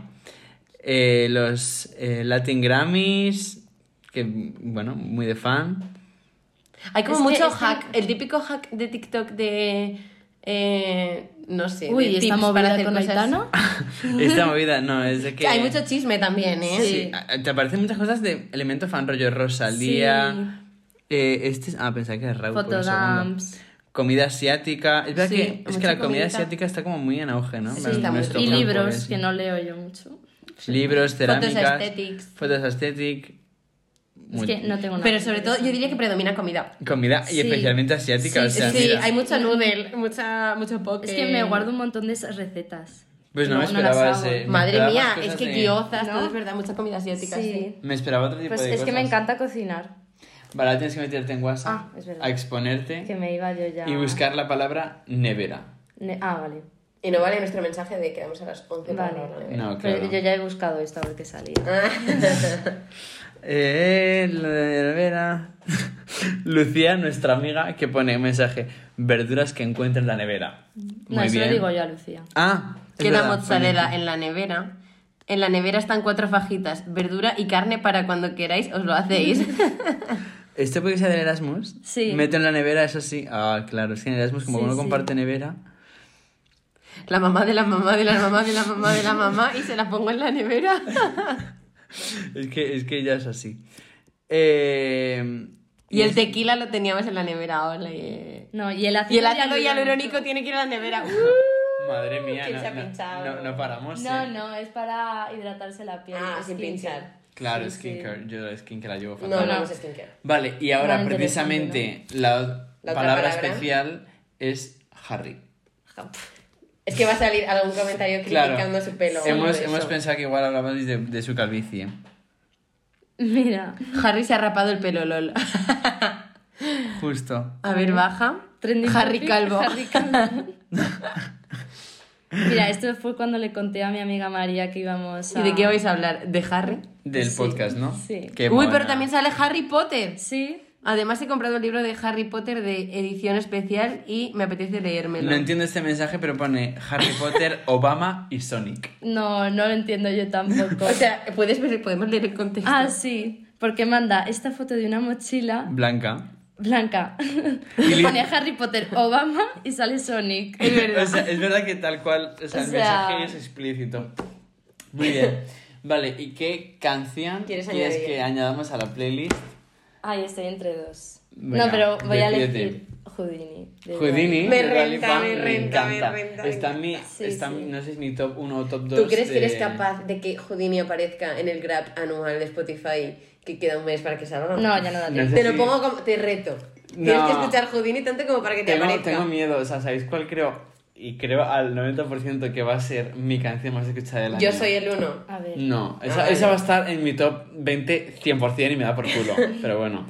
Speaker 3: Eh, los eh, Latin Grammys, que bueno, muy de fan.
Speaker 2: Hay como
Speaker 4: Es que
Speaker 2: mucho
Speaker 4: este-
Speaker 2: hack, el típico hack de TikTok de. eh, no sé. de
Speaker 4: Uy,
Speaker 2: tips
Speaker 4: esta movida
Speaker 2: para hacer
Speaker 4: con
Speaker 2: cosas.
Speaker 4: Aitana.
Speaker 3: Esta movida, no, es de que...
Speaker 2: Hay mucho chisme también, ¿eh?
Speaker 3: Sí, a- te aparecen muchas cosas de elementos fan, rollo Rosalía. eh, este es- ah, pensaba que era Raúl. por un segundo.
Speaker 4: Photodumps.
Speaker 3: Comida asiática. Es verdad
Speaker 2: Sí,
Speaker 3: que, es que
Speaker 2: mucha
Speaker 3: la comida,
Speaker 2: comida.
Speaker 3: asiática está como muy en auge, ¿no?
Speaker 2: Sí,
Speaker 3: Para
Speaker 2: está muy
Speaker 3: nuestro
Speaker 4: Y
Speaker 2: Lo
Speaker 3: campo
Speaker 4: libros,
Speaker 3: es-
Speaker 4: que no leo yo mucho.
Speaker 3: Libros, cerámicas.
Speaker 2: aesthetics.
Speaker 3: Fotos aesthetic.
Speaker 4: Es
Speaker 3: Muy-
Speaker 4: que no tengo nada.
Speaker 2: Pero sobre todo, yo diría que predomina comida.
Speaker 3: Comida y
Speaker 4: Sí.
Speaker 3: especialmente asiática.
Speaker 4: Sí,
Speaker 3: o sea,
Speaker 2: sí,
Speaker 3: mira.
Speaker 2: hay mucho noodle, mucha, mucho poke.
Speaker 4: Es que me guardo un montón de esas recetas.
Speaker 3: Pues no, me
Speaker 4: No, no las
Speaker 3: esperaba
Speaker 4: hago.
Speaker 3: ese. me
Speaker 2: Madre
Speaker 3: esperaba
Speaker 2: mía,
Speaker 3: más
Speaker 2: es
Speaker 3: cosas
Speaker 2: que
Speaker 3: de-
Speaker 2: guiozas,
Speaker 4: ¿No?
Speaker 2: todo es verdad, mucha comida asiática. Sí.
Speaker 3: Me esperaba otro tipo
Speaker 4: Pues
Speaker 3: de
Speaker 4: es que me
Speaker 3: cosas.
Speaker 4: encanta cocinar.
Speaker 3: Vale, ahora tienes que meterte en WhatsApp
Speaker 4: Ah, es verdad.
Speaker 3: a exponerte
Speaker 4: Que me iba yo ya.
Speaker 3: y buscar la palabra nevera.
Speaker 4: Ne- ah, vale.
Speaker 2: Y no vale nuestro mensaje de quedamos a las 11 para
Speaker 4: Vale.
Speaker 2: hablar, ¿eh?
Speaker 3: No,
Speaker 4: Pero
Speaker 3: claro.
Speaker 4: yo ya he buscado esto a ver qué salía.
Speaker 3: Eh, la nevera. Lucía, nuestra amiga, que pone mensaje: verduras que encuentra en la nevera.
Speaker 4: No,
Speaker 3: Muy
Speaker 4: eso
Speaker 3: bien.
Speaker 4: lo digo yo a Lucía.
Speaker 3: Ah, es
Speaker 2: Queda
Speaker 3: verdad,
Speaker 2: mozzarella
Speaker 3: pone-
Speaker 2: en la nevera. En la nevera están cuatro fajitas, verdura y carne para cuando queráis, os lo hacéis.
Speaker 3: ¿Este puede ser del Erasmus?
Speaker 4: Sí.
Speaker 3: Meto en la nevera, eso sí. Ah, claro, es que en Erasmus, como
Speaker 4: Sí,
Speaker 3: uno
Speaker 4: sí.
Speaker 3: comparte nevera.
Speaker 2: La mamá de la mamá de la mamá de la mamá de la mamá y se la pongo en la nevera.
Speaker 3: Es que, es que ya es así. Eh,
Speaker 2: Y el tequila lo teníamos en la nevera, hola. Y,
Speaker 4: No, y el ácido
Speaker 2: y el ácido hialurónico
Speaker 4: hialurónico-
Speaker 2: tiene que ir a la nevera.
Speaker 3: Madre mía,
Speaker 2: Uh, ¿quién se ha
Speaker 3: no,
Speaker 2: pinchado?
Speaker 3: no, no, no paramos.
Speaker 4: No,
Speaker 3: eh.
Speaker 4: no, es para hidratarse la piel.
Speaker 2: Ah,
Speaker 4: es
Speaker 2: sin
Speaker 4: skincare.
Speaker 2: pinchar.
Speaker 3: Claro,
Speaker 4: Sí, sí.
Speaker 3: skincare. Yo la skincare la llevo fatal.
Speaker 2: No, no, no sé skincare.
Speaker 3: Vale, y ahora
Speaker 4: Nada interesante,
Speaker 3: precisamente la,
Speaker 2: La otra
Speaker 3: palabra,
Speaker 2: palabra.
Speaker 3: especial es Harry.
Speaker 2: Es que va a salir algún comentario criticando su pelo.
Speaker 3: hemos,
Speaker 2: Eso.
Speaker 3: hemos pensado que igual hablabais de, de su calvicie.
Speaker 4: Mira,
Speaker 2: Harry se ha rapado el pelo, lol.
Speaker 3: Justo.
Speaker 2: A ver, baja.
Speaker 4: trending
Speaker 2: Harry
Speaker 4: topic,
Speaker 2: Calvo.
Speaker 4: Harry Calvo. Mira, esto fue cuando le conté a mi amiga María que íbamos a...
Speaker 2: ¿Y de qué vais a hablar? ¿De Harry?
Speaker 3: Del
Speaker 4: Sí,
Speaker 3: podcast, ¿no?
Speaker 4: sí.
Speaker 3: Qué
Speaker 2: Uy,
Speaker 3: mona.
Speaker 2: pero también sale Harry Potter.
Speaker 4: Sí.
Speaker 2: Además he comprado el libro de Harry Potter de edición especial y me apetece leérmelo.
Speaker 3: No entiendo este mensaje, pero pone Harry Potter, Obama y Sonic.
Speaker 4: No, no lo entiendo yo tampoco.
Speaker 2: O sea, puedes ver, podemos leer el contexto.
Speaker 4: ah, sí. Porque manda esta foto de una mochila
Speaker 3: Blanca.
Speaker 4: blanca.
Speaker 3: Y
Speaker 4: Y
Speaker 3: li-
Speaker 4: pone Harry Potter, Obama y sale Sonic.
Speaker 2: Es verdad.
Speaker 3: O sea, es verdad que tal cual, o sea,
Speaker 4: O
Speaker 3: el
Speaker 4: sea-
Speaker 3: mensaje es explícito. Muy bien. Vale, ¿y qué canción
Speaker 2: ¿Quieres
Speaker 3: quieres,
Speaker 2: añadir?
Speaker 3: que añadamos a la playlist?
Speaker 4: Ay, estoy entre dos.
Speaker 3: Venga,
Speaker 4: no, pero voy a
Speaker 3: decídete.
Speaker 4: elegir Houdini. de
Speaker 3: Houdini,
Speaker 2: Me
Speaker 3: de Dua
Speaker 2: renta,
Speaker 3: Lipa,
Speaker 2: me renta, me renta, me
Speaker 3: Está en mi,
Speaker 4: Sí,
Speaker 3: está,
Speaker 4: sí.
Speaker 3: no sé si mi top 1 o top 2.
Speaker 2: ¿Tú crees que eres capaz de que Houdini aparezca en el grab anual de Spotify que queda un mes para que salga?
Speaker 4: Dua Lipa. No, ya no da
Speaker 3: No
Speaker 4: tiempo.
Speaker 3: sé.
Speaker 2: Te
Speaker 3: Sí.
Speaker 2: lo pongo como. Te reto. Tienes
Speaker 3: No.
Speaker 2: que escuchar Houdini tanto como para que te
Speaker 3: Tengo,
Speaker 2: aparezca.
Speaker 3: tengo miedo, o sea, ¿sabéis cuál creo? Y creo al 90% que va a ser mi canción más escuchada del año.
Speaker 2: Yo soy el uno.
Speaker 4: A ver.
Speaker 3: No,
Speaker 2: Ah,
Speaker 3: esa,
Speaker 2: vale.
Speaker 3: esa va a estar en mi top 20 100% y me da por culo, pero bueno.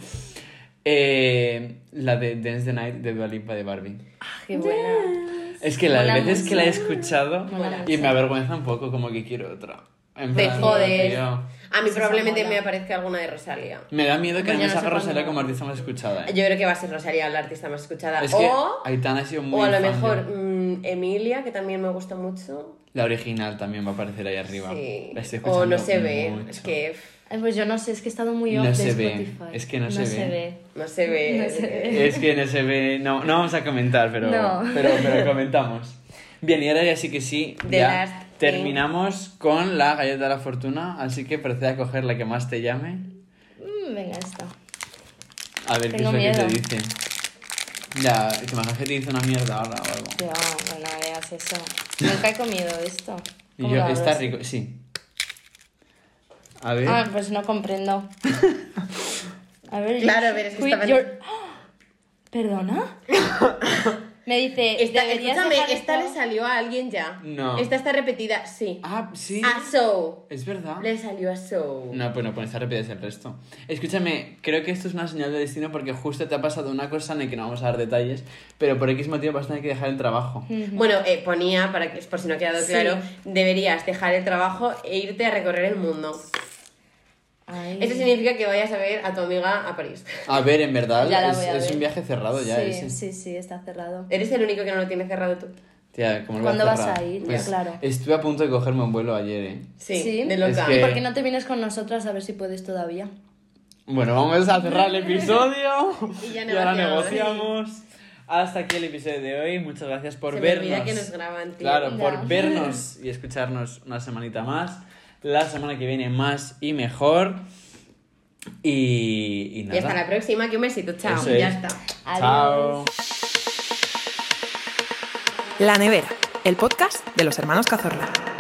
Speaker 3: Eh, la de Dance the Night de Dua Lipa de Barbie.
Speaker 4: Ah, qué buena.
Speaker 3: Es que las
Speaker 4: Mola
Speaker 3: veces que la he
Speaker 4: mucho.
Speaker 3: escuchado
Speaker 4: Mola
Speaker 3: y me
Speaker 4: mucho.
Speaker 3: avergüenza un poco, como que quiero otra. En
Speaker 2: Te
Speaker 3: plan,
Speaker 2: jodes.
Speaker 3: tío,
Speaker 2: A mí
Speaker 4: Eso
Speaker 2: probablemente
Speaker 4: mola.
Speaker 2: me aparezca alguna de Rosalía.
Speaker 3: Me da miedo que
Speaker 4: Pues
Speaker 3: no me
Speaker 4: ya no sé
Speaker 3: salga
Speaker 4: cuándo.
Speaker 3: Rosalía como artista más escuchada. ¿eh?
Speaker 2: Yo creo que va a ser Rosalía la artista más escuchada.
Speaker 3: Es que
Speaker 2: o,
Speaker 3: Aitana ha sido muy.
Speaker 2: o a lo
Speaker 3: fan de-
Speaker 2: mejor mm, Emilia, que también me gusta mucho.
Speaker 3: La original también va a aparecer ahí arriba.
Speaker 2: Sí.
Speaker 3: La estoy
Speaker 2: O no
Speaker 3: escuchando
Speaker 2: se ve.
Speaker 3: mucho.
Speaker 2: Es que pff,
Speaker 4: Ay, pues yo no sé, es que he estado muy
Speaker 3: No
Speaker 4: off de
Speaker 3: se ve.
Speaker 4: Spotify.
Speaker 3: Es que no se ve.
Speaker 2: no se ve. Eh,
Speaker 4: No se ve.
Speaker 3: Es que no se ve. No, no vamos a comentar, pero,
Speaker 4: No.
Speaker 3: pero, pero comentamos. Bien, y ahora ya sí que sí.
Speaker 2: The
Speaker 3: ya
Speaker 2: last thing.
Speaker 3: terminamos con la galleta de la fortuna. Así que procede a coger la que más te llame.
Speaker 4: Mm, venga, esta.
Speaker 3: A ver qué es
Speaker 4: Tengo
Speaker 3: lo que te
Speaker 4: miedo.
Speaker 3: dice. Ya, te imaginas que te dice una mierda ahora o algo.
Speaker 4: No, bueno, veas eso. Nunca he comido esto.
Speaker 3: Y
Speaker 4: ¿Cómo
Speaker 3: yo,
Speaker 4: lo
Speaker 3: está
Speaker 4: abres?
Speaker 3: rico, sí. A ver.
Speaker 2: ¿Eh?
Speaker 4: Ah, pues no comprendo. A ver,
Speaker 2: Claro,
Speaker 4: you
Speaker 2: a ver, es que
Speaker 4: quit
Speaker 2: estaban-
Speaker 4: your- ¡Ah! ¿Perdona? Me dice,
Speaker 2: Esta,
Speaker 4: Eh, "Deberías
Speaker 2: escúchame,
Speaker 4: dejar
Speaker 2: esta
Speaker 4: esto".
Speaker 2: le salió a alguien ya.
Speaker 3: No.
Speaker 2: Esta está repetida, sí.
Speaker 3: Ah, sí.
Speaker 2: A So.
Speaker 3: Es verdad.
Speaker 2: Le salió a So.
Speaker 3: No, pues no pones a repetir el resto. Escúchame, creo que esto es una señal de destino porque justo te ha pasado una cosa en la que no vamos a dar detalles, pero por X motivo vas a tener que dejar el trabajo.
Speaker 4: Mm.
Speaker 2: Bueno, eh, ponía, para que, por si no ha quedado
Speaker 4: Sí.
Speaker 2: claro, deberías dejar el trabajo e irte a recorrer el mundo.
Speaker 4: Ay.
Speaker 2: Eso significa que vayas a ver a tu amiga a París.
Speaker 3: A ver, en verdad,
Speaker 4: Ya la
Speaker 3: es,
Speaker 4: voy a
Speaker 3: es
Speaker 4: ver.
Speaker 3: un viaje cerrado Oh, ya.
Speaker 4: Sí,
Speaker 3: ese.
Speaker 4: sí, sí, está cerrado.
Speaker 2: Eres el único que no lo tiene cerrado tú.
Speaker 3: Tía, ¿cómo lo
Speaker 4: ¿Cuándo
Speaker 3: voy
Speaker 4: vas
Speaker 3: cerrar? Pues
Speaker 4: a ir? Claro.
Speaker 3: Estuve a punto de cogerme un vuelo ayer, ¿eh?
Speaker 2: Sí,
Speaker 4: Sí.
Speaker 2: de loca.
Speaker 3: Es que-
Speaker 4: ¿Y por qué no te vienes con nosotras a ver si puedes todavía?
Speaker 3: Bueno, vamos a cerrar el episodio.
Speaker 2: Y ya
Speaker 3: ahora
Speaker 2: negociamos.
Speaker 3: negociamos. Hasta aquí el episodio de hoy. Muchas gracias por
Speaker 2: Se me
Speaker 3: vernos.
Speaker 2: olvida que nos graban, tío.
Speaker 3: Claro,
Speaker 4: Ya.
Speaker 3: por vernos y escucharnos una semanita más. La semana que viene más y mejor. Y, y nada.
Speaker 2: Y hasta la próxima, que un besito, chao.
Speaker 3: Eso
Speaker 2: Y ya
Speaker 3: es.
Speaker 2: está.
Speaker 3: Chao.
Speaker 4: Adiós.
Speaker 1: La Nevera, el podcast de los hermanos Cazorla.